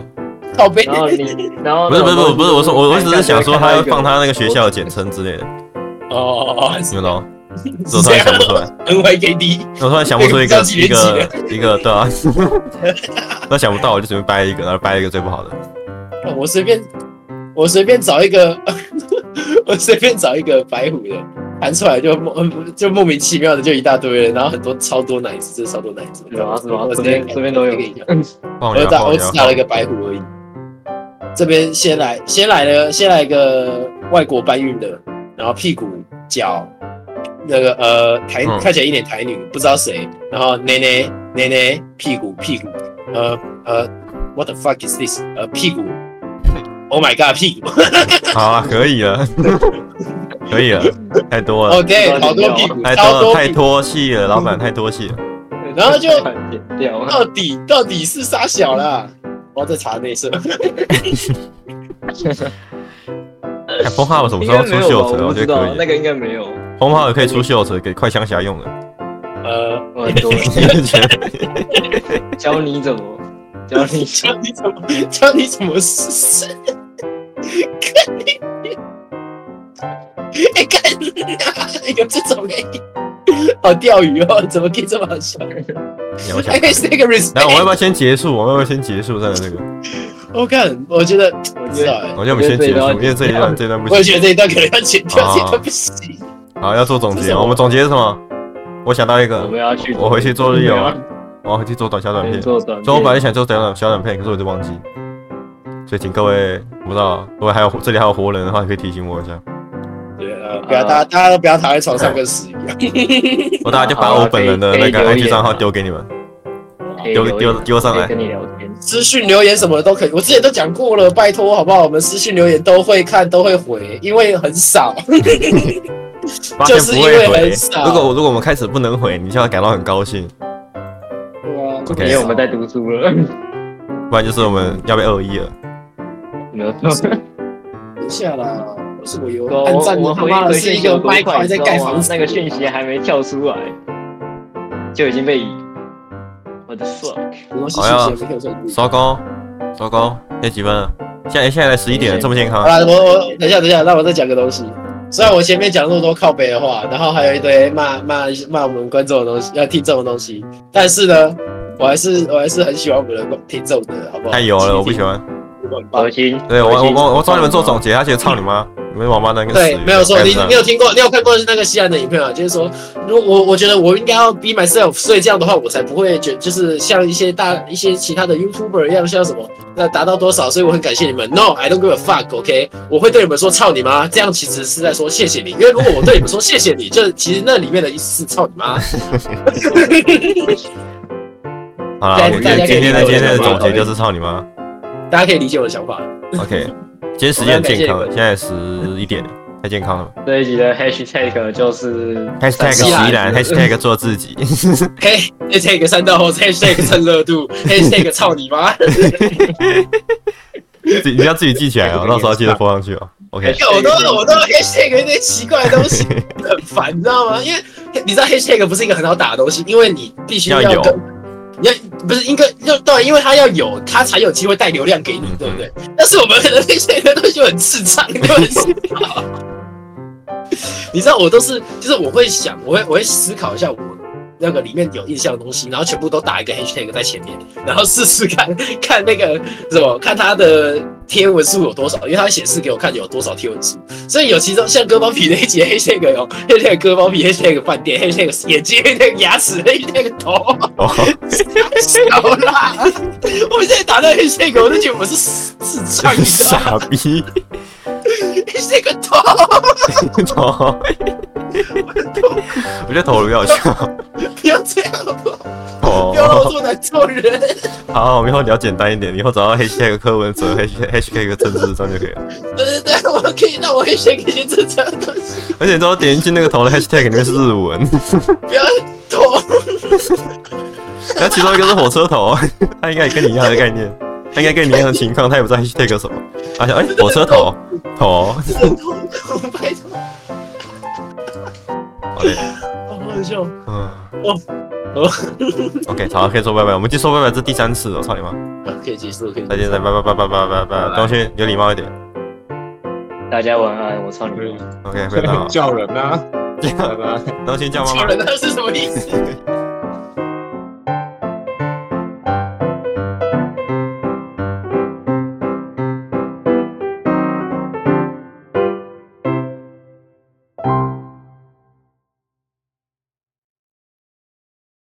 Speaker 3: 靠背，
Speaker 1: 然后 你然后
Speaker 5: 不是不是不是不是，我说我我
Speaker 1: 看
Speaker 5: 只
Speaker 1: 一下
Speaker 5: 是想
Speaker 1: 就
Speaker 5: 说
Speaker 1: 会看到
Speaker 5: 他要
Speaker 1: 一个
Speaker 5: 放他那个学校的简称之类的，
Speaker 3: 哦，
Speaker 5: 你们懂？我
Speaker 3: 是
Speaker 5: 突
Speaker 3: 这
Speaker 5: 然
Speaker 3: 样
Speaker 5: 想不出来，
Speaker 3: ，N Y K D，
Speaker 5: 我突然想不出一个
Speaker 3: 这个
Speaker 5: 一
Speaker 3: 不知道
Speaker 5: 个一个对啊，那想不到我就随便掰一个，然后掰一个最不好的。
Speaker 3: 我随便我随便找一个， 我随便找一个白虎的。弹出来就莫就莫名其妙的就一大堆了，然后很多超多奶子，真的超多奶子，
Speaker 1: 是啊吗是吗
Speaker 3: 我
Speaker 1: 这
Speaker 3: 直
Speaker 1: 边
Speaker 3: 接
Speaker 1: 这边都有
Speaker 3: 一个一个
Speaker 5: 放
Speaker 3: 我
Speaker 5: 一
Speaker 3: 只
Speaker 5: 下
Speaker 3: 打
Speaker 5: 放
Speaker 3: 我
Speaker 5: 一
Speaker 3: 只
Speaker 5: 下，
Speaker 3: 打了一个白
Speaker 5: 啊
Speaker 3: 虎而已。这边先来先来了先来一个外国搬运的，然后屁股脚那个呃台、
Speaker 5: 嗯
Speaker 3: 看起来一脸台女，不知道谁，然后奶奶奶奶屁股屁股呃呃 what the fuck is this 呃屁股 oh my god 屁股
Speaker 5: 好啊，可 以了，可以了，太多
Speaker 1: 哦
Speaker 5: 了，
Speaker 3: OK 好多屁股
Speaker 5: 太
Speaker 3: 超
Speaker 5: 多了，
Speaker 3: 多
Speaker 5: 太
Speaker 3: 屁股，
Speaker 5: 拖戏了，老板太 拖戏了。
Speaker 3: 然后就
Speaker 1: 剪掉，
Speaker 3: 到底到底是啥小啦？我要再查内射，
Speaker 5: 哎，风号什么
Speaker 1: 应
Speaker 5: 时
Speaker 1: 该
Speaker 5: 候出
Speaker 1: 没有吧？
Speaker 5: 袖子？
Speaker 1: 我
Speaker 5: 我
Speaker 1: 不
Speaker 5: 觉
Speaker 1: 知
Speaker 5: 得
Speaker 1: 道
Speaker 5: 可以
Speaker 1: 那。个应该没有，
Speaker 5: 红袍也可以出袖子，给快枪侠用 的。
Speaker 3: 呃，
Speaker 1: 我很 多 教你怎么教你
Speaker 3: 教你怎么教你怎么试试。看你，哎、看，有这种哎、好钓鱼哦，怎么可以这么好笑？
Speaker 5: 你要想
Speaker 3: 还，可以 take a risk。
Speaker 5: 来，我要不要先结束？我要不要先结束？真的这个，
Speaker 3: 我看，我觉得我 知道哎、
Speaker 5: 我觉得我们先结
Speaker 1: 我觉得这一段要
Speaker 5: 束，因为这一段这一段不
Speaker 3: 我也
Speaker 5: 行。
Speaker 3: 觉得这一段可能要剪掉，
Speaker 5: 啊
Speaker 3: 这一段不行。
Speaker 5: 好，要做总
Speaker 3: 这是
Speaker 5: 结。
Speaker 3: 什么
Speaker 5: 我们总结是什么？我想到一个
Speaker 1: 我，们要去，
Speaker 5: 我回去做日游
Speaker 1: 我
Speaker 5: 啊
Speaker 1: 们，
Speaker 5: 我要回去做短小短
Speaker 1: 要
Speaker 5: 片
Speaker 1: 去。做短
Speaker 5: 所以我本来
Speaker 1: 片，
Speaker 5: 想做短短小短片，可是我就忘记。所以请各位，我不知道，如果还有这里还有活人的话，可以提醒我一下。
Speaker 3: 对呃，不要大家大家都不要躺在床上跟屎一样。
Speaker 5: 我哦大家就把我本人
Speaker 1: 啊
Speaker 5: 的那个 IG 账号丢给你们。
Speaker 1: 可以
Speaker 5: 丢
Speaker 1: 留
Speaker 5: 丢
Speaker 1: 言
Speaker 5: 丢上来
Speaker 1: 可以跟你聊天，
Speaker 3: 私讯留言什么的都可以，我之前都讲过了，拜托好不好？我们私讯留言都会看，都会回，因为很少。
Speaker 5: 发现
Speaker 3: 就是
Speaker 5: 不
Speaker 3: 因为
Speaker 5: 会
Speaker 3: 很
Speaker 5: 回
Speaker 3: 少。
Speaker 5: 如果我如果我们开始不能回，你就要感到很高兴，
Speaker 3: 对啊
Speaker 5: OK
Speaker 1: 因为我们在读书了，
Speaker 5: 不然就是我们要被恶 意了。
Speaker 1: 没有错。
Speaker 3: 等一下啦，我是我有
Speaker 1: 嗯我
Speaker 3: 暗战，
Speaker 1: 我
Speaker 3: 你他妈的
Speaker 1: 回
Speaker 3: 是一
Speaker 1: 有
Speaker 3: 个
Speaker 1: 多
Speaker 3: 麦
Speaker 1: 快
Speaker 3: 块在盖房
Speaker 1: 你知道吗
Speaker 3: 子，
Speaker 1: 那个讯息啊还没跳出来，就已经被移。我的 fuck！
Speaker 3: 我是讯息没有算
Speaker 5: 糟糕，糟糕，现在几分了？现在现在十一点了，这么健康
Speaker 3: 好。啦，我我等一下等一下，让我再讲个东西。虽然我前面讲那么多靠北的话，然后还有一堆骂骂骂我们观众的东西，要呃听众的东西，但是呢，我还是我还是很喜欢我们的听众的，好不好？
Speaker 5: 太油了，我不喜欢。
Speaker 3: 很棒。
Speaker 1: 核心，
Speaker 5: 对我
Speaker 1: 核
Speaker 5: 我
Speaker 1: 心
Speaker 5: 我我找你们做总结，而且操你妈，你们王八蛋跟死
Speaker 3: 对，
Speaker 5: 鱼
Speaker 3: 没有错。
Speaker 5: 干
Speaker 3: 你
Speaker 5: 仗
Speaker 3: 你有听过，你有看过那个西安的影片吗？就是说，如我我觉得我应该要 be myself，所以这样的话我才不会觉，就是像一些大一些其他的 YouTuber 一样，像什么那达到多少，所以我很感谢你们。No，I don't give a fuck，OK？、我会对你们说操你妈，这样其实是在说谢谢你，因为如果我对你们说谢谢你，就其实那里面的意思是操你妈。
Speaker 5: 好啦，
Speaker 3: 大家
Speaker 5: 我觉得今天的今天的总结就是操你 妈。
Speaker 3: 大家可以理解我的想法。
Speaker 5: OK，今天时间很健康，现在十一点了，太健康了。
Speaker 1: 这一集的 hashtag 就是，
Speaker 5: #hashtag
Speaker 3: 西兰
Speaker 5: 席兰，#hashtag 做自己。
Speaker 3: 嘿，hashtag 三道后，hashtag 趁热度，hashtag 操你妈。
Speaker 5: 自己你要自己记起 来哦，到时候记得播上去哦。OK，
Speaker 3: 我都我都 hashtag 一些奇怪的东西，很烦，你知道吗？因为你知道 hashtag 不是一个很好打的东西，因为你必须
Speaker 5: 要有
Speaker 3: 跟，你要不是应该要对，因为它要有，它才有机会带流量给你
Speaker 5: 嗯，
Speaker 3: 对不对？但是我们的 hashtag 的东西很智障，你们知道吗？ 你知道我都是，就是我会想，我会我会思考一下我。那个里面有印象的东西，然后全部都打一个 hashtag 在前面，然后试试看看那个什么，看它的贴文数有多少，因为它会显示给我看有多少贴文数，所以有其中像割包皮那一集 hashtag 有 hashtag 割包皮 hashtag 饭店 hashtag 眼睛 hashtag 牙齿 hashtag 头，
Speaker 5: 哦
Speaker 3: 哎小啦！我现在打到 hashtag 我都觉得我是智障，你知道吗
Speaker 5: 傻逼，
Speaker 3: hashtag 头，
Speaker 5: 头，哦 我觉得头比较笑。
Speaker 3: 不要这样好不好？ 不要让我
Speaker 5: 哦，
Speaker 3: 这么难做人。
Speaker 5: 好，我们以后你要简单一点，以后找到 hashtag 柯文哲，hashtag 政治这样就可以了。
Speaker 3: 对对对，我可以让我 hashtag 一些正常的东西，
Speaker 5: 而且你知道点进去那个头的 hashtag 里面是日文，
Speaker 3: 不要头。
Speaker 5: 啊然后其中一个是火车头，它应该也跟你一样的概念。他应该跟你一样的情况，他也不知道 hashtag 什么。他想，哎、火车头头，哦
Speaker 3: 很痛苦，拜托，
Speaker 5: 好嘞，
Speaker 3: 好好笑。
Speaker 5: 嗯，
Speaker 3: 哦，
Speaker 5: OK，好，可以说拜拜。我们就说拜拜，这第三次了，操你妈！
Speaker 3: 可以结束，可以结束
Speaker 5: 再见，再见拜拜拜拜拜拜拜拜，东勋有礼貌一点。
Speaker 1: 大家晚安，我操你妈！
Speaker 6: 。
Speaker 5: OK，非常好啊
Speaker 6: 叫人啊，拜拜。
Speaker 5: 东勋叫妈
Speaker 3: 超
Speaker 5: 妈。
Speaker 3: 人，那是什么意思？